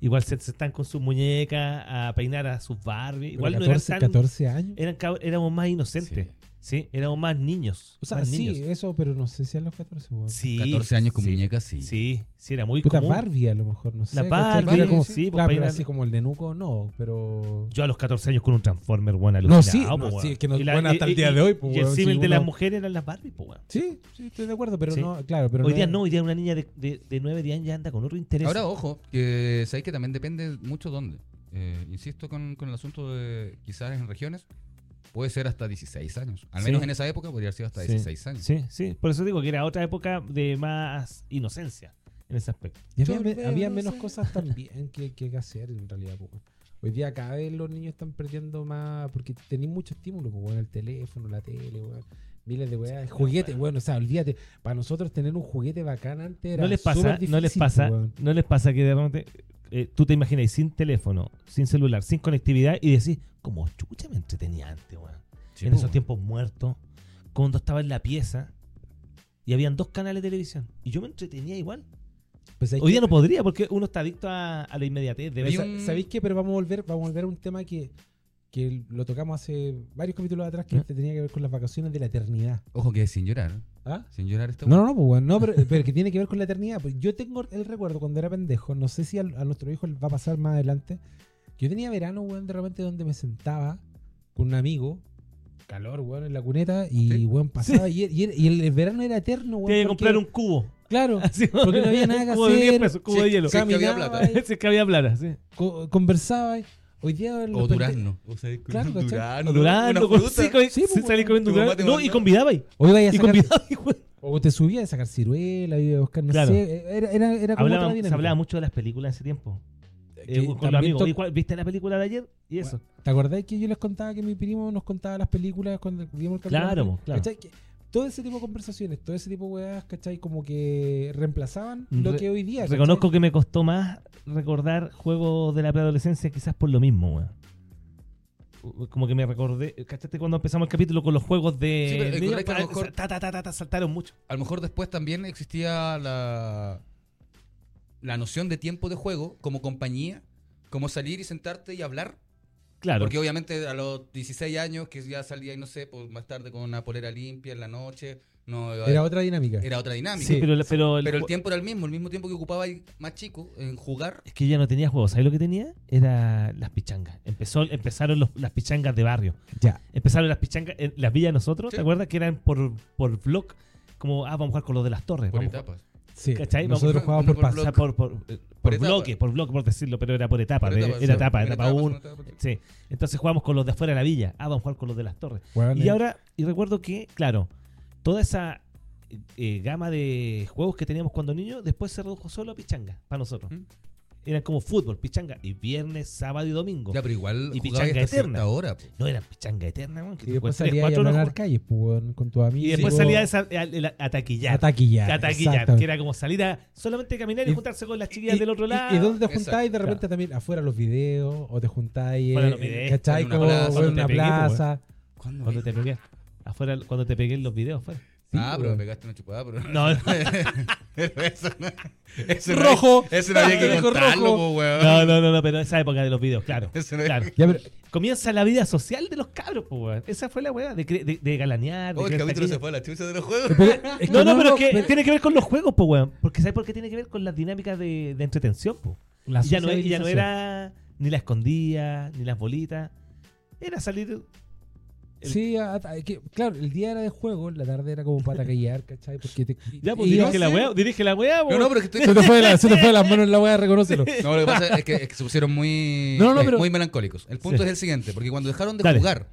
Igual se, se están con sus muñecas a peinar a sus Barbie.
Pero
Igual
14,
no eran tan... eh,
14 años.
Eran, cab- éramos más inocentes, sí. Éramos más niños.
O sea,
más
Ah, sí, eh.
niños.
eso, pero no sé si a los 14, weón.
Sí,
14 años con
sí,
muñecas, sí.
Sí, sí, era muy
Puta
común.
Barbie a lo mejor, no sé.
La
¿cachai?
Barbie,
Era como,
sí, pues,
claro, pero
compañera.
así como el de Nuco, no, pero...
Yo a los 14 años con un Transformer, bueno,
No, sí, no, sí, es que no-
Y la-
bueno, hasta el
y-
día
y-
de hoy, pues,
Y el
weón,
símil
si
de las
uno-
mujeres eran las Barbie, pues, weón.
Sí, sí, estoy de acuerdo, pero
Sí.
no, claro, pero
Hoy día no, hoy día una niña de, de, de 9, 10 años ya anda con otro interés.
Ahora, ojo, que sabéis que también depende mucho dónde. Eh, insisto con, con el asunto de quizás en regiones, puede ser hasta 16 años. Al
Sí.
menos en esa época podría haber sido hasta
Sí.
16 años.
Sí, sí, por eso digo que era otra época de más inocencia en ese aspecto.
Y había, me-
Yo
había
no
menos
sé.
cosas también que, que hacer en realidad. po, weón. Hoy día cada vez los niños están perdiendo más porque tenéis mucho estímulo, po, weón, el teléfono, la tele, weón, miles de weas, juguetes, bueno, o sea, olvídate, para nosotros tener un juguete bacán antes era
¿No les pasa,
superdifícil,
no les pasa,
po, weón.
no les pasa que de repente eh, tú te imaginas sin teléfono, sin celular, sin conectividad y decís, como chucha me entretenía antes, weón.
Sí, pues,
en
po,
esos
weón.
tiempos muertos, cuando estaba en la pieza y habían dos canales de televisión y yo me entretenía igual.
Pues hay
Hoy
que-
día no podría porque uno está adicto a, a la inmediatez. De
Hay
ver-
un-
Sa- ¿Sabéis qué? Pero vamos a volver, vamos a volver a un tema que, que lo tocamos hace varios capítulos atrás que este
¿Eh?
tenía que ver con las vacaciones de la eternidad.
Ojo que sin llorar, ¿eh?
¿Ah?
sin llorar esto.
No, no, no, pues, weón, no pero, [LAUGHS] pero que tiene que ver con la eternidad. Pues yo tengo el recuerdo cuando era pendejo, no sé si al- a, nuestro hijo le va a pasar más adelante. que Yo tenía verano, weón, de repente donde me sentaba con un amigo, calor, weón, en la cuneta, y
Sí.
weón pasaba, y, era- y era- y el, verano era eterno, weón.
Te voy a
porque-
comprar un
[LAUGHS]
cubo.
Claro,
Así,
porque no había nada que
cubo de 10
hacer.
pesos, cubo de hielo.
sí, es que había
caminaba,
plata.
[LAUGHS] Si es que había plata, sí.
co- conversaba. y- Hoy día los
O
pende-
Durazno. O sea, con
Claro,
un
¿cachai?
Durazno.
Durando,
una
con-
fruta.
sí, con-
Sí,
sí,
pues,
salí comiendo
tu mamá
Durando.
te
No,
mandó.
y convidaba ahí.
Hoy vaya a
Y
sacar-
convidaba ahí, güey.
O te subía a sacar ciruela, iba a buscar, no
Claro.
sé, era, era, era como
Hablaba-
otra
se
dinámica.
hablaba mucho de las películas en ese tiempo.
Que
Eh, con los
también
amigos.
to-
"Oye, ¿cuál- ¿Viste la película de ayer? Y eso.
¿Te acordáis que yo les contaba que mi primo nos contaba las películas cuando vimos el
Claro,
campeonato?
claro.
¿Cachai? Que todo ese tipo de conversaciones, todo ese tipo de weas, ¿cachai? Como que reemplazaban lo
Mm, Re-
que hoy día. ¿cachai?
Reconozco que me costó más recordar juegos de la preadolescencia, quizás por lo mismo, weón. Como que me recordé, ¿cachaste cuando empezamos el capítulo con los juegos de.
Sí, pero es
niños?
correcto, a lo
Ah,
mejor-
ta, ta, ta, ta, ta, saltaron mucho.
A lo mejor después también existía la, la noción de tiempo de juego como compañía, como salir y sentarte y hablar.
Claro.
Porque obviamente a los 16 años que ya salía y no sé, pues más tarde con una polera limpia en la noche, no iba a-
Era otra dinámica.
era otra dinámica.
Sí, pero, pero el
Pero el
ju-
tiempo era el mismo, el mismo tiempo que ocupaba el más chico en jugar.
Es que ya no tenía juegos. ¿Sabes lo que tenía? Era las pichangas. Empezó, empezaron los- las pichangas de barrio.
Ya.
Empezaron las pichangas en las villas de nosotros,
Sí.
¿te acuerdas? Que eran por, por block, como, ah, vamos a jugar con los de las torres.
Por
vamos a
etapas.
Sí.
¿Cachai?
Nosotros
Vamos-
jugábamos por
por
O sea,
paso.
block.
por, por, eh, por
etapa.
bloque, por bloque, por decirlo, pero era por etapa.
Por
de-
etapas,
era
sí,
etapa,
por
etapa
etapas,
1.
por etapas, sí.
Sí. Entonces jugamos con los de afuera de la villa. Ah, vamos a jugar con los de las torres.
Weón,
Y
eh,
ahora, y recuerdo que, claro, toda esa eh, gama de juegos que teníamos cuando niños, después se redujo solo a pichanga para nosotros.
¿Mm?
Eran como fútbol, pichanga, y viernes, sábado y domingo.
Ya, pero igual
Y
jugaba hasta
pichanga eterna.
cierta hora. pues. po.
No eran pichanga eterna, weón, que
Y
tú juegas
después
tres,
salía a
cuatro
hablar
horas
las calles, pues, weón, con tu amigo.
Y después salía esa, a, a- a taquillar. A
A taquillar.
taquillar, que
exactamente.
era como salir a solamente caminar y,
Y-
juntarse con las chiquillas del otro
y-
lado.
Y, dónde te
Exacto.
juntáis de repente también afuera los videos, o te juntáis,
Fuera los
eh,
videos,
¿cachai?
en una
Como
plaza,
weón,
cuando
en una
te pegué, pues, weón.
plaza.
¿Cuándo
Cuando te pegué. Afuera, cuando te pegué en los videos, afuera.
Sí,
ah, pero
weón.
me pegaste una chupada, pero.
No, no,
[LAUGHS] Pero eso no- eso no-
Rojo.
Eso no había
Te
que
dejó
contarlo,
rojo.
po, weón.
no, no, no, pero esa época de los videos,
[LAUGHS]
claro.
Eso no- Oh,
claro.
Ya, pero eh,
Comienza la vida social de los cabros, pues, weón. Esa fue la weá, de, cre- de, de galanear. de
Oh, el
crear
capítulo se
taquillas.
fue a la chucha de los juegos.
Pero-
[LAUGHS]
es que
No, no, pero es que
pero-
tiene que ver con los juegos, pues, weón. Porque ¿sabes por qué tiene que ver con las dinámicas de, de entretención, pues?
la
Y ya, no, y ya no
socialización.
era ni la escondida, ni las bolitas. Era salir. el-
Sí, a- a- que- claro, el día era de juego, la tarde era como para callar, ¿cachai? Porque te,
[LAUGHS] Ya, pues,
y-
dirige
y-
la
sí.
weá, dirige la weá,
No,
weón.
no, pero es que
Se
estoy.
te fue de la- se te fue de las manos
[LAUGHS]
la weá, reconócelo.
No, lo que pasa es que, es que se pusieron muy,
No, no,
eh,
pero-
muy melancólicos. El punto
Sí.
es el siguiente, porque cuando dejaron de
Dale.
jugar,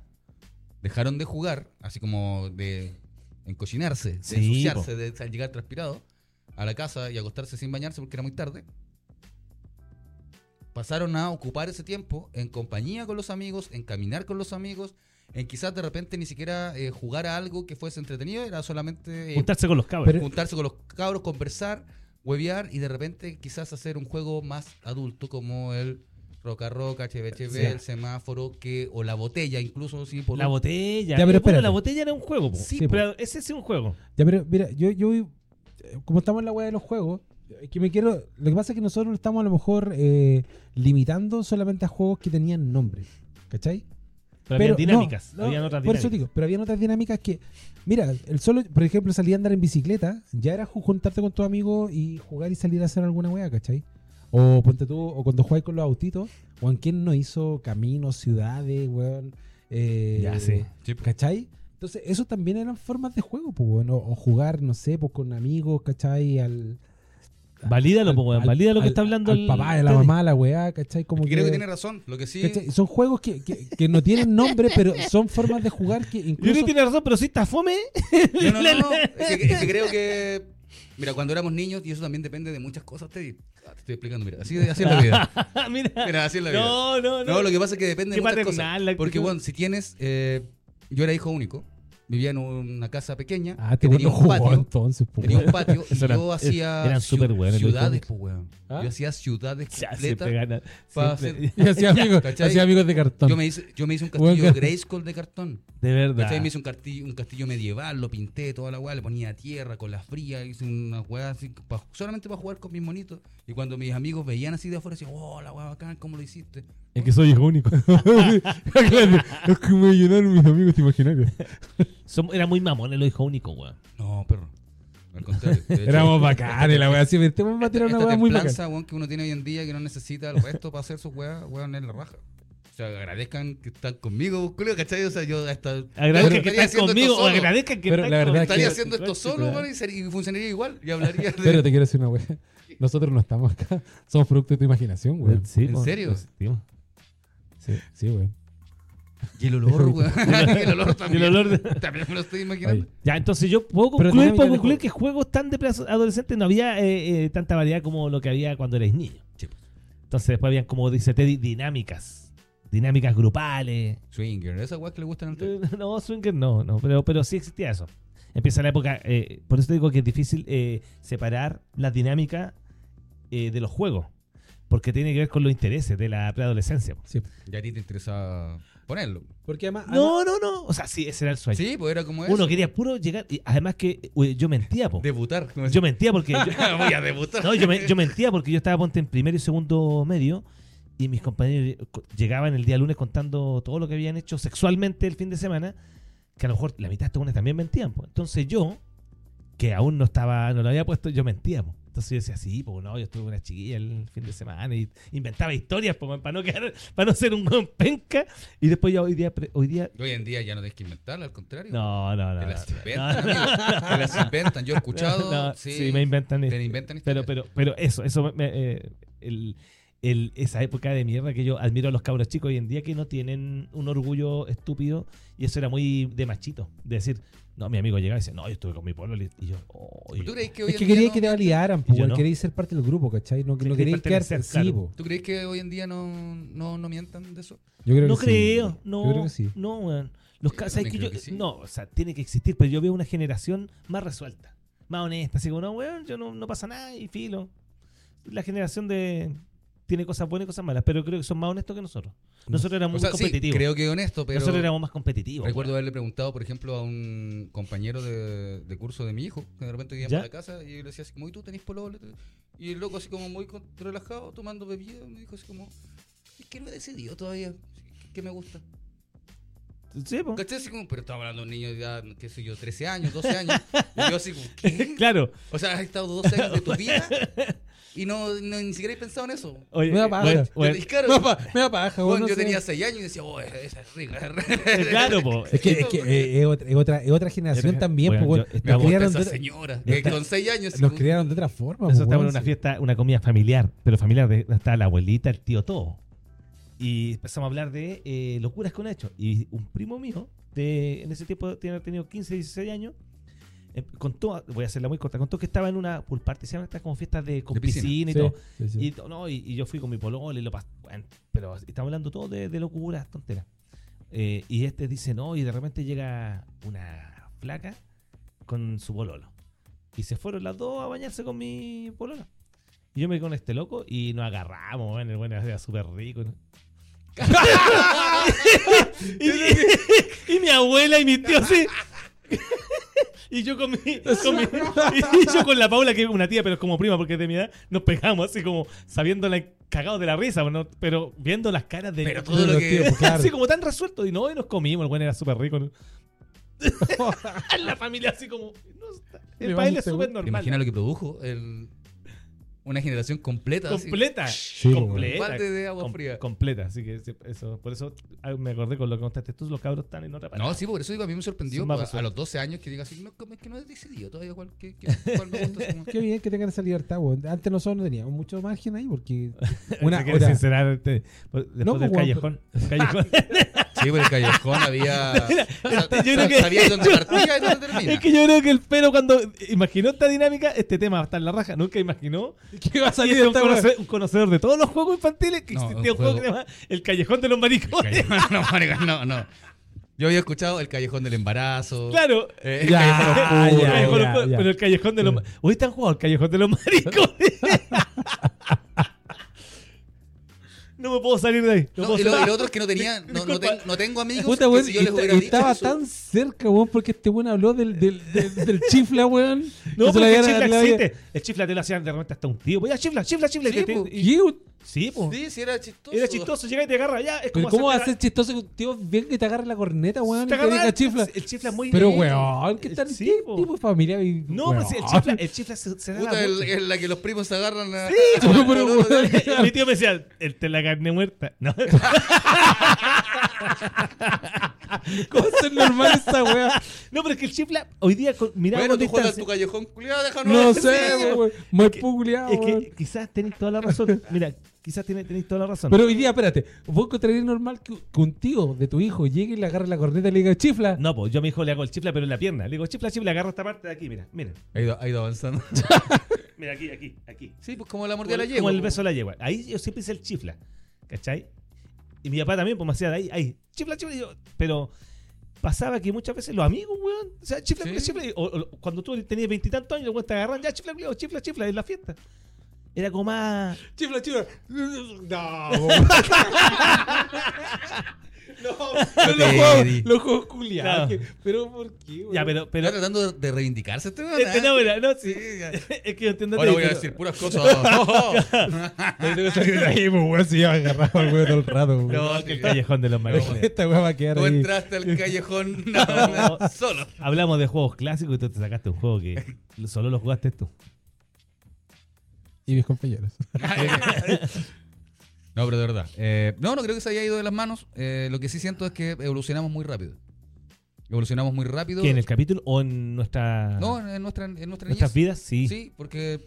dejaron de jugar, así como de encochinarse, de
Sí,
ensuciarse, de sal- llegar transpirado a la casa y acostarse sin bañarse porque era muy tarde, pasaron a ocupar ese tiempo en compañía con los amigos, en caminar con los amigos, en quizás de repente ni siquiera eh, jugar a algo que fuese entretenido, era solamente eh,
Juntarse con los cabros.
Pero-
juntarse con los cabros, conversar, huevear y de repente quizás hacer un juego más adulto como el Roca Roca, Cheve Cheve,
Sí.
el semáforo que, o la botella, incluso sí, por
La
un-
botella.
Ya, pero
Eh, bueno,
espérate.
la botella era un juego, po.
Sí,
Sí,
po.
pero ese sí es un juego.
Ya, pero mira, yo, yo voy- eh, como estamos en la weá de los juegos, eh, que me quiero. Lo que pasa es que nosotros estamos a lo mejor eh, limitando solamente a juegos que tenían nombre. ¿Cachai?
Pero, habían
no,
dinámicas.
no,
habían otras
Por
dinámicas.
eso digo, pero había otras dinámicas que. Mira, el solo, por ejemplo, salir a andar en bicicleta, ya era ju- juntarte con tus amigos y jugar y salir a hacer alguna weá, ¿cachai? O ponte tú, o cuando jugáis con los autitos, Juan, ¿quién no hizo caminos, ciudades, weón? Eh,
Ya, sí.
Sí, po.
¿Cachai? Entonces, eso también eran formas de juego, pues, bueno, o jugar, no sé, pues con amigos, ¿cachai? Al,
Valídalo, po, weón.
al-
Valida lo
al-
que está hablando
al
el
papá, a la mamá, a la weá, ¿cachai? Como
Creo que tiene razón. Lo que sí.
¿cachai? Son juegos que, que- que no tienen nombre, pero son formas de jugar que
Yo
incluso...
no tiene razón, pero si está fome. [LAUGHS]
No, no, no, no. Es que, es que creo que. Mira, cuando éramos niños, y eso también depende de muchas cosas, Teddy. Ah, te estoy explicando, mira. Así, así es la vida.
ah, Mira.
Mira, así es la vida.
No, no, no.
No, lo que pasa es que depende
Qué
de muchas cosas.
paternal la actitud.
Porque, bueno, si tienes. eh, yo era hijo único. Vivía en una casa pequeña.
Ah,
que
te
tenía
bueno
un
jugó
patio.
entonces, pues,
Tenía
[LAUGHS] weón.
un patio y
Eso eran-
yo hacía
eran súper
ciu-
buenos los
ciudades,
cómics.
pues, weón.
¿Ah?
Yo hacía ciudades
Ya, siempre
completas.
gana.
pa'
Siempre-
[LAUGHS]
hacer- [LAUGHS]
Y hacía amigos,
¿Cachai?
hacía amigos de cartón.
Yo me hice, yo me hice un
Weón,
castillo
que-
Grayskull de cartón.
De verdad.
¿Cachai? Me hice un castillo, un castillo medieval, lo pinté, toda la weá, le ponía tierra con la fría, hice una weá así, pa- solamente para jugar con mis monitos. Y cuando mis amigos veían así de afuera, decían, oh, la weá bacán, ¿cómo lo hiciste?
Es que soy hijo [LAUGHS] único. Claro, es que me llenaron mis amigos imaginarios.
Som- era muy mamón, el hijo único, weón.
No, perro. Al contrario.
[LAUGHS]
de hecho,
Éramos bacanes, la weá. Si metemos a
Esta,
tirar una
esta
weá muy bacana.
templanza, weón, que uno tiene hoy en día que no necesita el resto para hacer sus weas, weón, en la raja. O sea, agradezcan que están conmigo, culo, ¿cachai? O sea, yo hasta...
Agradezcan que
estaría
estás
haciendo esto
conmigo o
solo.
agradezcan que
Pero
estás
la verdad
con-
es que-
Estaría haciendo esto solo,
Claro.
weón, y ser- y funcionaría igual. Y
[LAUGHS]
hablaría de... [LAUGHS]
Pero te quiero decir una weá. Nosotros no estamos acá. Somos producto de tu imaginación, weón.
Sí,
¿En
po,
serio?
pues, tío.
Sí, sí, weón.
Y el olor, weón. y el olor [LAUGHS]
[LAUGHS]
también.
El olor de-
También me lo estoy imaginando.
Oye.
Ya, entonces yo puedo
Pero
concluir,
dinámica
puedo
de
concluir
juego.
que juegos tan de plazo- adolescentes no había eh, eh, tanta variedad como lo que había cuando erais niño.
Sí, pues.
Entonces después habían, como dice Teddy, dinámicas. Dinámicas grupales.
Swinger, esa weá que le gustan al Teddy.
Eh, [LAUGHS] No, swinger no, no pero, pero sí existía eso. Empieza la época, eh, por eso te digo que es difícil eh, separar la dinámica eh, de los juegos, porque tiene que ver con los intereses de la preadolescencia. po.
Sí.
Y a ti te interesa ponerlo.
Porque además.
No, no, no, o sea, sí, ese era el sueño.
Sí, pues era como eso.
Uno quería puro llegar, y además que uy, yo mentía, po.
Debutar. como
yo mentía porque yo,
decía. [LAUGHS] Voy a debutar.
No, yo, me- yo mentía porque yo estaba ponte en primero y segundo medio y mis compañeros co- llegaban el día lunes contando todo lo que habían hecho sexualmente el fin de semana, que a lo mejor la mitad de estos buenos también mentían. po. Entonces yo, que aún no estaba, no lo había puesto, yo mentía. po. Entonces yo decía, sí, pues no, yo estuve con una chiquilla el fin de semana y inventaba historias para no quedar, para no ser un buen penca. Y después ya hoy día, pre- hoy día...
[LAUGHS] Hoy en día ya no tienes que inventarla, al contrario.
No, [LAUGHS] no, no.
Te
no,
las
no,
inventan, amigo. Te las inventan. Yo he
[LAUGHS]
escuchado.
no,
sí,
sí, me inventan este-
Te inventan
Pero,
historias.
pero, pero eso, eso me- eh, el- el- esa época de mierda que yo admiro a los cabros chicos hoy en día que no tienen un orgullo estúpido y eso era muy de machito. De decir, no, mi amigo llegaba y decía, no, yo estuve con mi pueblo y yo, oh, y
¿Tú
yo-
crees que hoy
Es que
en día
quería
no-
que te validaran,
Y yo
pues,
no.
queréis ser parte del grupo, ¿cachai?
Sí,
No, no
quería
queréis quedarte.
pertenecer,
Sí,
claro.
po.
¿Tú crees que hoy en día no, no, no mientan de eso?
Yo creo
no
que sí.
creo, no,
Yo creo que sí.
no, weón. Los
Yo
ca- ¿sabes
también
que
Eh, creo
yo-
que sí.
No, o sea, tiene que existir, pero yo veo una generación más resuelta, más honesta, así como, no, weón, yo no, no pasa nada y filo. La generación de... Tiene cosas buenas y cosas malas, pero creo que son más honestos que nosotros. Nosotros éramos
O sea,
muy
sí,
competitivos.
creo que honesto, pero.
Nosotros éramos más competitivos.
Recuerdo haberle preguntado, por ejemplo, a un compañero de, de curso de mi hijo, que de repente llegamos
¿Ya?
a la casa y yo le decía así como, ¿y tú tenés pololo? Y el loco así como muy con- relajado, tomando bebida, me dijo así como, es que no he decidido todavía que me gusta.
Sí, po.
¿Cachai? Así como, pero estaba hablando de un niño de edad, qué sé yo, 13 años, 12 años. Y yo
[LAUGHS]
así como, ¿qué?
claro.
O sea, has estado 12 años [LAUGHS] de tu vida y no, no- ni siquiera he pensado en eso.
Oye,
Me da
eh,
paja.
bueno,
Yo
bueno,
y claro,
No, pa- me da paja, weón,
bueno,
no
yo
sé.
tenía 6 años y decía, oh, esa es rica.
eh,
[LAUGHS]
claro, po.
Es que, es, que, eh, es otra, es otra, es otra generación
Era-
también,
Bueno, yo
pues, weón.
estaba
Nos
con
criaron
esa
de-
señora, que
está-
con 6 años. así
Nos
como-
criaron de otra forma, pues,
Nosotros estábamos en
weón,
una
sí.
fiesta, una comida familiar, pero familiar de estaba la abuelita, el tío todo. Y empezamos a hablar de eh, locuras que uno ha hecho. Y un primo mío, de, en ese tiempo tenía tenido 15, 16 años, eh, contó, voy a hacerla muy corta, contó que estaba en una pool party, se llaman estas como fiestas de, con
De piscina.
piscina. y
Sí,
todo.
sí, sí.
Y, to- no, y, y yo fui con mi pololo y lo pasé. pero estamos hablando todo de, de locuras, tonteras. Eh, y este dice no, y de repente llega una flaca con su pololo. Y se fueron las dos a bañarse con mi pololo. Y yo me quedé con este loco y nos agarramos, weón. El bueno era súper
[LAUGHS]
rico. ¿no? y, y- y mi abuela y mi tío así. y yo con mi, con mi- y yo con la Paula, que es una tía, pero es como prima porque es de mi edad, nos pegamos así como sabiéndola cagados de la risa, ¿no? pero viendo las caras de [LAUGHS]
Pero todo lo
Los
que-
tíos, pues, [LAUGHS] claro.
Así como tan resuelto. Y no, y nos comimos. El buen era súper rico.
[LAUGHS]
¿no? [LAUGHS] la familia así como... no está-
Me este
el para él
mando
es súper
¿Te imaginas
normal.
lo que produjo? El- una generación completa. así.
Completa.
Sí, bueno.
completa.
Balde de agua
com-
fría.
Completa. Así que sí, eso, por eso ah, me acordé con lo que contaste tú. Los cabros están en otra parte.
No, sí, por eso digo, a mí me sorprendió
Son más
pues, a
resueltos.
los 12 años que diga así, no, como es que no he decidido todavía cuál, qué- [LAUGHS] qué- cuál me gusta. así como-
Qué bien que tengan esa libertad, weón. Antes nosotros no teníamos mucho margen ahí [LAUGHS] porque
Se
una
quiere
hora.
sincerarte. Después
No,
del
pues,
callejón. [LAUGHS] callejón.
Sí, por el callejón había... [LAUGHS] sa-
yo creo
sa-
que-
Sabías [LAUGHS] dónde partía y dónde
es
termina.
que yo creo que el pelo cuando imaginó esta dinámica, este tema va a estar en la raja. Nunca [LAUGHS] imaginó.
¿Qué va a
Y
salir
es un,
esta weá?
conoce- un conocedor de todos los juegos infantiles que
No,
existía un
un
juego,
juego-
que se llama El Callejón de los Maricones.
Callejón, [LAUGHS] no, marica, no, no. Yo había escuchado el callejón del embarazo.
[LAUGHS] Claro.
[LAUGHS]
eh, el
ah, Ya,
callejón
El
oscuro.
ya,
Callejón-
ya, ya.
Pero el Callejón de los Maricones. Hoy te han jugado el Callejón de los Maricones. [LAUGHS] no me puedo salir de ahí. No,
No,
puedo
y, lo,
salir.
y lo otro es que no tenía, no, no,
Disculpa.
ten- no tengo amigos
Puta,
que
weón,
si
y
yo les
esta-
hubiera
y
dicho
estaba
eso-
tan cerca, weón, porque este weón habló del, del, del, [LAUGHS] del chifla, weón.
No,
Que se lo
porque el
habían-
chifla
le habían-
existe. El chifla te lo hacían de repente hasta un tío. Voy a chifla, chifla, chifla. y
Sí, pues.
te-
po.
y-
¿Qué, weón?
Sí, po.
Sí, sí, era chistoso.
Era chistoso, llega y te agarra ya. Es
¿Pero
como
¿Cómo va a
hacerte
ser chistoso que un tío venga y te agarre la corneta,
la-
weón?
te
Y te
agarra-
diga chifla.
El chifla es muy
Pero,
bien.
weón, ¿qué tal?
Sí,
¿Qué
po.
tipo de familia? Y-
No, pues el
weón.
chifla,
[LAUGHS]
el chifla se, se da la
Puta, el-
vuelta.
el- la que los primos se agarran a...
Pero, weón,
Mi tío me decía, [LAUGHS] el te la carne muerta. [LAUGHS] No,
cosas normal esta weá.
no, pero es que el chifla hoy día con, miramos
Bueno,
con
tú juegas
distancia.
tu callejón culiado, déjanos.
No
Sí,
sé, weón. Muy puguleado,
Es
weón.
que quizás tenéis toda la razón. Mira, quizás tenéis, tenéis toda la razón.
Pero hoy día, espérate, ¿vos encontrarías normal que que un tío de tu hijo llegue y le agarre la corneta y le diga chifla?
no, pues yo a mi hijo le hago el chifla, pero en la pierna. Le digo, chifla, chifla, agarro esta parte de aquí, mira, mira.
Ha ido, ha ido avanzando.
Mira, aquí, aquí, aquí.
Sí, pues como la
Como,
mordida la
el-
yegua.
como el beso a la yegua. Ahí yo siempre hice el chifla, ¿cachai? Y mi papá también, pues me hacía de ahí, ahí, chifla, chifla. y yo- pero pasaba que muchas veces los amigos, weón, o sea, chifla,
Sí.
chifla, chifla. O, o cuando tú tenías veintitantos años, weón, te agarran, ya, chifla, chifla, chifla, chifla, en la fiesta. Era como más...
Chifla, chifla. No, [LAUGHS]
Yo
los
te
juegos,
di.
los juegos culiados.
Claro.
que- Pero ¿por qué? weón?
Ya,
[LAUGHS]
pero... pero
Está tratando de reivindicarse este weón,
[LAUGHS] Este,
¿eh?
no, este mira, no, sí.
Sí, ya.
[LAUGHS] Es que yo entiendo...
Ahora
ti,
voy a
pero-
decir
[LAUGHS]
puras cosas. [LAUGHS] Oh, oh.
Yo tengo que salir de ahí, pues, weón, si ya me agarraba el weón todo el rato. weón.
No,
El
sí.
callejón de los maricones.
Esta weá va a quedar
Tú
ahí.
entraste al callejón [LAUGHS] no, no, solo.
Hablamos de juegos clásicos y tú te sacaste un juego
[LAUGHS]
que solo lo jugaste tú.
Y mis compañeros.
[LAUGHS] No, pero de verdad. eh, no, no creo que se haya ido de las manos. Eh, lo que sí siento es que evolucionamos muy rápido. Evolucionamos muy rápido.
¿Que en el capítulo o en nuestra...
No, en nuestra, en nuestra
nuestras
niñez.
vidas? Sí.
Sí, porque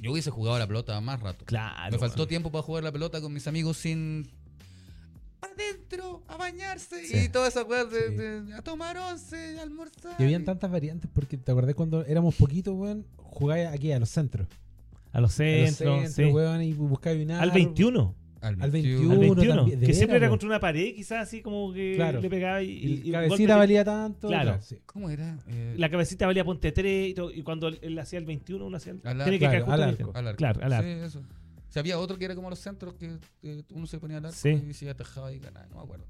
yo hubiese jugado a la pelota más rato.
Claro.
Me faltó
weón.
tiempo para jugar la pelota con mis amigos sin. Adentro, a bañarse
Sí.
y todas esas cosas de,
Sí.
de- a tomar once, a almorzar.
Y habían tantas variantes porque te acordás cuando éramos poquitos, weón, jugáis aquí a los centros.
A los
A los
centros,
centros,
sí.
weón, y buscabais un
Al
árbol.
21.
al 21.
Al
Uno
21.
también, de
que
veras,
siempre era
weón.
contra una pared, quizás así como que
Claro.
le pegaba y.
Y,
y- y
cabecita
golpe-
valía tanto.
Claro.
sí.
¿Cómo era? Eh,
La cabecita valía ponte 3 y, todo, y cuando él él hacía el 21, uno hacía el.
Al
tiene que caer
arco.
justo en el-
Claro, al arco.
al arco.
Claro, al
Sí,
arco.
eso. O sea, había otro que era como los centros que eh, uno se ponía al arco
Sí.
y se atajaba y ganaba, no me acuerdo.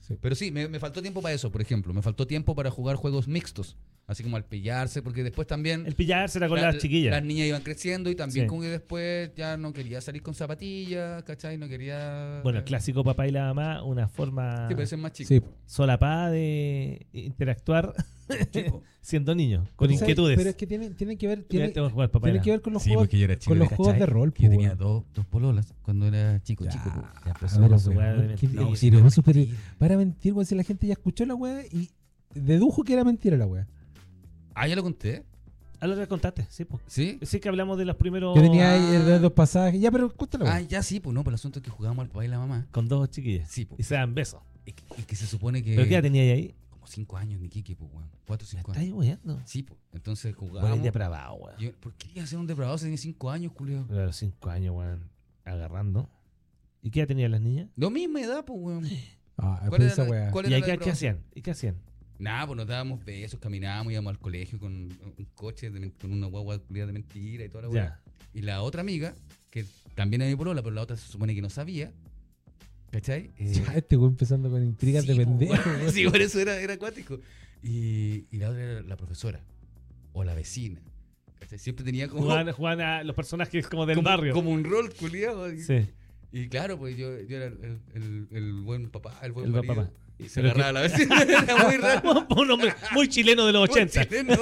Sí.
Pero sí, me, me faltó tiempo para eso, por ejemplo. Me faltó tiempo para jugar juegos mixtos. Así como al pillarse, porque después también.
El pillarse era con
la-
las chiquillas.
Las niñas iban creciendo y también
Sí.
como que después ya no quería salir con zapatillas, ¿cachai? No quería...
bueno, el clásico papá y la mamá, una forma
Sí, pues. pero ese es más chico.
Sí.
solapada de interactuar [LAUGHS]
Chico.
siendo niño, con
¿Sabes?
inquietudes.
Pero es que tiene, tiene que ver, tiene,
Ya tengo que jugar papá y
tiene
la
que
mamá.
ver con los juegos,
yo era
con los
¿cachai?
juegos de rol.
Yo
po,
tenía
weón.
dos, dos pololas cuando era chico,
Ya,
chico. po.
ya, pues,
ahora,
ahora,
pues,
weón,
weón,
qué
no,
mentiroso,
sí, no,
weón, súper- Para mentir, weón, si la gente ya escuchó la weá y dedujo que era mentira la weá.
Ah, ya lo conté.
Ah, lo que contaste, sí, pues.
¿Sí?
Sí que hablamos de los primeros.
Yo tenía ahí,
ah.
eh, dos- dos pasajes. Ya, pero cuéntalo.
Ah, ya sí, pues no, pero el asunto es que jugábamos al papá y la mamá.
Con dos chiquillas.
Sí, po.
Y se dan besos.
Y que, y que se supone que...
¿Pero qué edad tenía ahí?
Como cinco años, Niquique, pues, weón. Cuatro, cinco años.
Estáis weando.
Sí, pues. Entonces
Bueno,
jugábamos...
es depravado, weón.
Yo- ¿Por qué iba a ser un depravado si tenía cinco años, culio?
Pero A los 5 años, weón, agarrando. ¿Y qué edad tenían las niñas?
Lo misma edad, pues, weón.
Ah,
¿Cuál
pues
era
esa
la-
weá.
cuál
¿Y
era
ahí
la
qué, qué
depravación?
hacían? ¿Y qué hacían?
Nada, pues nos dábamos besos, caminábamos, íbamos al colegio con un coche de men- con una guagua culiada de mentira y toda la weá.
Ya.
Y Y la otra amiga, que también era mi polola, pero la otra se supone que no sabía, ¿cachai? Eh,
[LAUGHS] Ya, este güey empezando con intrigas
sí,
de
po,
pendejo.
weón. [LAUGHS]
güey.
Sí, por eso era, era acuático. Y, y la otra era la profesora o la vecina. ¿cachai? Siempre tenía como,
Jugaban, jugaban a los personajes como del
como-
barrio.
como un rol culiado. [LAUGHS]
Sí. [LAUGHS]
Y claro, pues yo, yo era el, el- el buen papá, el buen
El buen
marido.
papá.
Y se
Pero
agarraba a la vecina. [LAUGHS] Era muy
[LAUGHS]
raro.
un hombre muy chileno de los 80.
Chileno.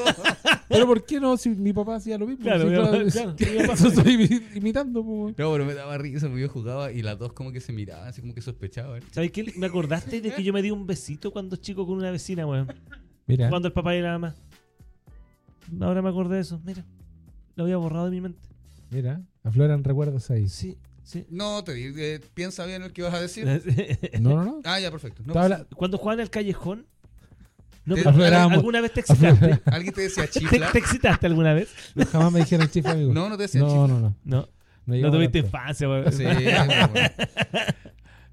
Pero ¿por qué no? Si mi papá hacía lo mismo.
Claro,
si
mi
[LAUGHS] yo-
papá- claro, mi papá.
Eso estoy imi- imitando, po, güey.
No, pero me daba risa porque yo jugaba y las dos como que se miraban, así como que sospechaban.
¿Sabes qué? Me acordaste de que yo me di un besito cuando chico con una vecina, weón.
Mira,
Cuando el papá y la mamá. Ahora me acordé de eso. Mira, lo había borrado de mi mente.
mira, afloran recuerdos ahí.
Sí, [LAUGHS] sí.
No, te di- eh, piensa bien el que vas a decir.
Eh.
No, no, no.
Ah, ya, perfecto. No,
Estaba habla-
Cuando jugaban al callejón. No,
Te-
pero
aflorábamos.
¿Alguna vez te excitaste?
pues, ¿Alguien te decía
[LAUGHS] ¿Te,
chifla?
te excitaste alguna vez?
No, jamás me dijeron chifla, amigo.
No, no te decían
no,
chifla.
no, no.
No,
No
no
llegamos
tuviste
tanto.
infancia, weón.
Ah, Sí, [LAUGHS] bueno.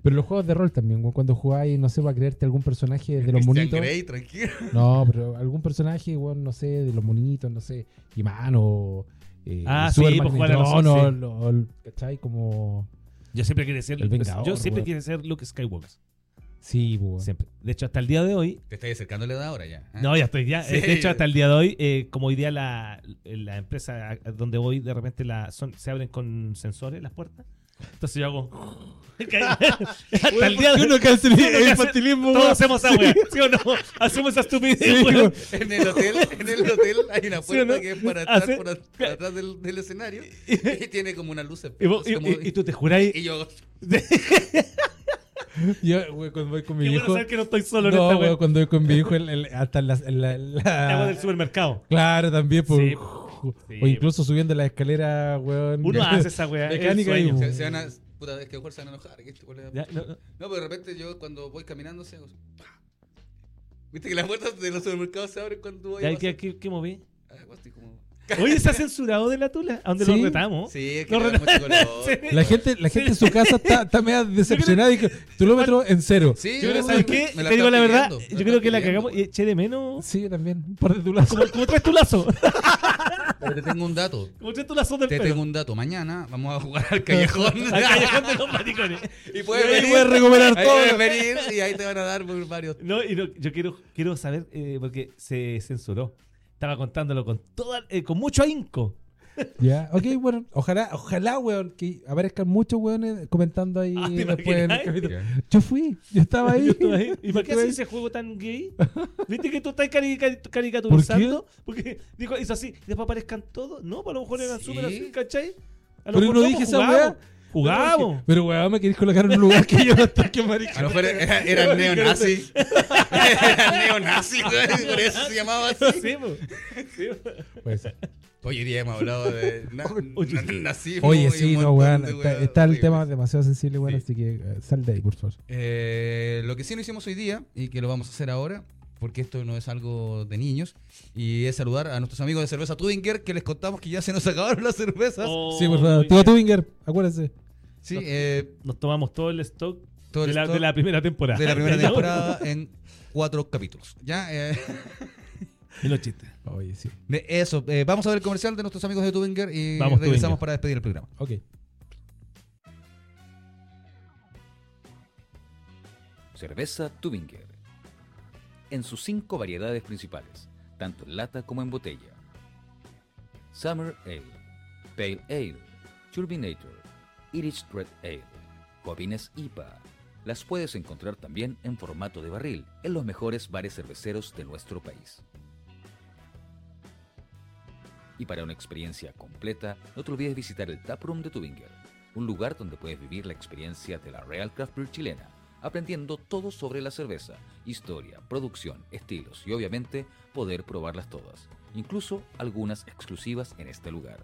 Pero los juegos de rol también, güey, cuando jugáis, no sé, para creerte algún personaje de los
Christian
monitos.
Grey, tranquilo.
No, pero algún personaje, güey, no sé, de los monitos, no sé, Imán o. Eh,
Ah, sí,
Super
pues, jugar a los-
Magnetron o-
sí.
o- o- ¿Cachai? Como.
Yo siempre quería ser
El Vengador,
Yo siempre
weón.
quería ser Luke Skywalker.
Sí, pues,
[LAUGHS]
güey.
Siempre. De hecho, hasta el día de hoy,
Te estáis acercando la edad ahora ya. ¿eh?
No, ya estoy, ya.
Sí.
Eh, De hecho, hasta el día de hoy, eh, como hoy día la, la empresa a- donde voy, de repente la, son- se abren con sensores las puertas. Entonces yo hago... [LAUGHS] hasta el día de hoy...
[LAUGHS]
el infantilismo, Todos hacemos esa wea, ¿sí o no? Hacemos esa estupidez, weón.
[LAUGHS] En el hotel, en el hotel hay una
¿Sí o
puerta
no?
que es para
Ah,
atrás,
sí.
por at- para atrás del, del escenario y tiene como una luz.
Y, vos- y-
como-
y- y tú te juráis...
y yo, [LAUGHS]
Yo, güey, cuando voy con mi
Qué bueno
hijo.
saber que no estoy solo en
no,
esta
güey, pues, ah.
wea.
cuando voy con mi hijo, el- el- hasta en la. en la- en la-
La wea del supermercado.
Claro, también. Por,
Sí, sí.
o incluso subiendo la escalera, weón. [LAUGHS]
Uno hace esa wea. es el
Mecánica y-
sueño.
se, se van a. Puta, es que mejor se van a enojar. que esto, boludo.
Ya, no, no.
No, pero de repente yo cuando voy caminando se hago. así, ¡pah! Viste que las puertas de los supermercados se abren cuando voy. a
Ya, ¿Qué,
pasar?
qué- qué moví?
Ah, guau, estoy como-
Oye, está censurado de la tula. ¿A dónde
Sí.
lo retamos?
Sí, es que
No,
le da mucho color.
[LAUGHS] Sí.
La gente, la gente en su casa está, está media decepcionada y que kilómetro en cero.
Sí,
Yo creo,
me-
¿sabes
me-
qué?
me
Te digo
están
la verdad,
pidiendo,
yo
me
creo
están
que la
pidiendo.
cagamos y eché de menos.
Sí, yo también. Un par de tu lazo.
Como, como traes tu lazo.
Pero te tengo un dato.
Como traes tu lazo del
Te
pelo.
tengo Ah. un dato. Mañana vamos a jugar
[LAUGHS]
al callejón. [LAUGHS]
Al callejón de los maricones.
y puedes
Y ahí
venir.
puedes recuperar
ahí
todo.
puedes venir y ahí te van a dar por varios.
No, y no, yo quiero, quiero saber, eh, porque se censuró. Estaba contándolo con toda, eh, con mucho ahínco.
Ya, ok, bueno, ojalá, ojalá, weón, que aparezcan muchos weones comentando ahí
Ah, ¿te
después en el
imaginas?
capítulo. Yo fui, yo estaba ahí.
[LAUGHS] Yo estuve ahí. ¿Y
Yo
por qué
estuve
haces
ahí.
ese juego tan gay? ¿Viste que tú estás cari- cari- caricaturizando? Porque dijo, hizo así, y después aparezcan todos. No, pues a lo mejor eran
Sí.
súper así, ¿cachai? A
Pero
mejor
no
pues,
dije esa
jugamos.
weá.
Jugamos.
Pero weón, me querés colocar en un lugar [LAUGHS] que yo no estoy, que marica.
A
[LAUGHS]
lo mejor era- eran [LAUGHS] neonazis. Eran neonazis, güey, por eso se llamaba así.
Sí, po. Sí, po.
Puede ser.
Hoy día hemos hablado de na-
Oye,
na- nazismo. y
Oye,
un
sí, no,
montón
weón,
de
está,
weas
está el
horribles.
tema demasiado sensible, weón,
Sí.
así que eh, sal de ahí, por favor.
Eh, lo que sí no hicimos hoy día y que lo vamos a hacer ahora, porque esto no es algo de niños, y es saludar a nuestros amigos de cerveza Tudinger que les contamos que ya se nos acabaron las cervezas.
sí, por
Oh,
favor.
muy
Tío
bien.
Tubinger, acuérdese.
Sí, eh,
Nos tomamos todo el stock,
todo el
de, la,
stock
de la primera temporada.
de
[LAUGHS]
la primera
Ya,
temporada en cuatro capítulos. Ya, eh,
Y los chistes.
Oye, sí.
de eso. eh, vamos a ver el comercial de nuestros amigos de Tudinger y
Vamos,
regresamos
Tudinger.
para despedir el programa.
Ok.
Cerveza Tubinger. En sus cinco variedades principales, tanto en lata como en botella. Summer Ale, Pale Ale, Turbinator, Irish Red Ale, Cobines IPA. Las puedes encontrar también en formato de barril en los mejores bares cerveceros de nuestro país. Y para una experiencia completa, no te olvides visitar el Taproom de Tubinger, un lugar donde puedes vivir la experiencia de la Real Craft Beer chilena, aprendiendo todo sobre la cerveza, historia, producción, estilos y obviamente poder probarlas todas, incluso algunas exclusivas en este lugar.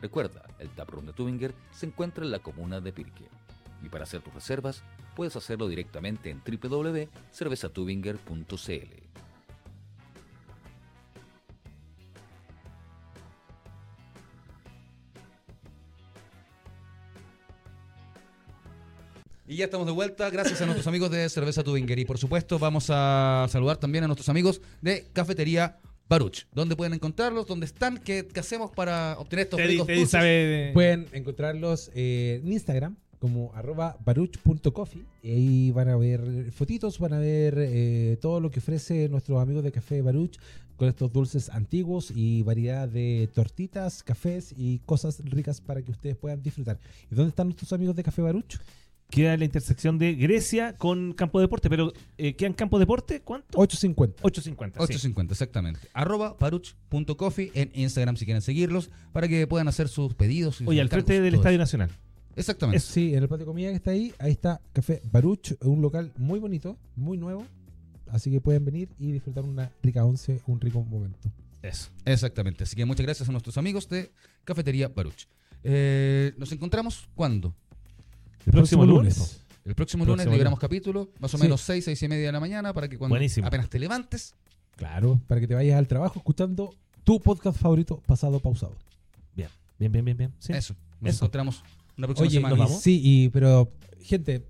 Recuerda, el Taproom de Tubinger se encuentra en la comuna de Pirque. Y para hacer tus reservas, puedes hacerlo directamente en www.cervezatubinger.cl.
Y ya estamos de vuelta, gracias a [LAUGHS] nuestros amigos de Cerveza Tubinger. Y por supuesto, vamos a saludar también a nuestros amigos de Cafetería Baruch. ¿Dónde pueden encontrarlos? ¿Dónde están? ¿Qué, qué hacemos para obtener estos
Teddy,
ricos
Teddy
dulces?
sabe.
Pueden encontrarlos eh, en Instagram como arroba baruch.coffee y ahí van a ver fotitos, van a ver eh, todo lo que ofrece nuestros amigos de Café Baruch con estos dulces antiguos y variedad de tortitas, cafés y cosas ricas para que ustedes puedan disfrutar. ¿Y dónde están nuestros amigos de Café Baruch?
Queda la intersección de Grecia con Campo Deporte, pero eh, ¿quedan Campo Deporte? ¿Cuánto?
850.
850.
850, exactamente. Arroba paruch.coffee en Instagram si quieren seguirlos para que puedan hacer sus pedidos. y
Oye,
sus
al frente
encargos,
del
todo
Estadio
eso.
Nacional.
Exactamente.
Eso.
Sí, en el patio de comida que está ahí, ahí está Café Baruch, un local muy bonito, muy nuevo. Así que pueden venir y disfrutar una rica once, un rico momento.
Eso.
Exactamente. Así que muchas gracias a nuestros amigos de Cafetería Baruch. Eh, Nos encontramos cuándo?
El próximo, lunes. pues.
El próximo,
Próximo
lunes liberamos capítulo, más o
Sí.
menos 6, 6 y media de la mañana, para que cuando
Buenísimo.
apenas te levantes,
Claro, para que te vayas al trabajo escuchando tu podcast favorito pasado pausado.
Bien, bien, bien, bien. bien. Sí.
eso, nos
Eso.
encontramos la próxima semana.
y
vamos?
sí, y, pero gente,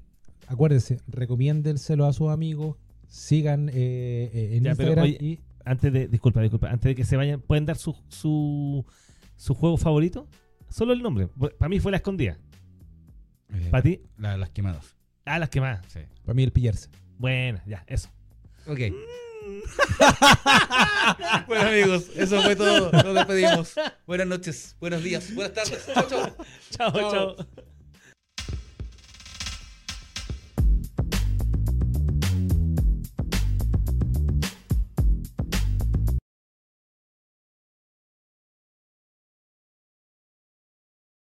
acuérdense, recomiéndenselo a sus amigos, sigan eh, eh, en
Ya, pero
Instagram
oye-
y
Antes de, disculpa, disculpa, antes de que se vayan, ¿pueden dar su, su, su juego favorito? Solo el nombre. Para mí fue la escondida.
Eh,
Para ti,
la- las quemadas.
ah, las quemadas.
Sí.
para mí el pillarse.
Bueno, ya, eso.
Ok.
Mm.
[LAUGHS] bueno, amigos, eso fue todo. Nos despedimos. Buenas noches, buenos días, buenas tardes. Chau, chau.
Chao, chao.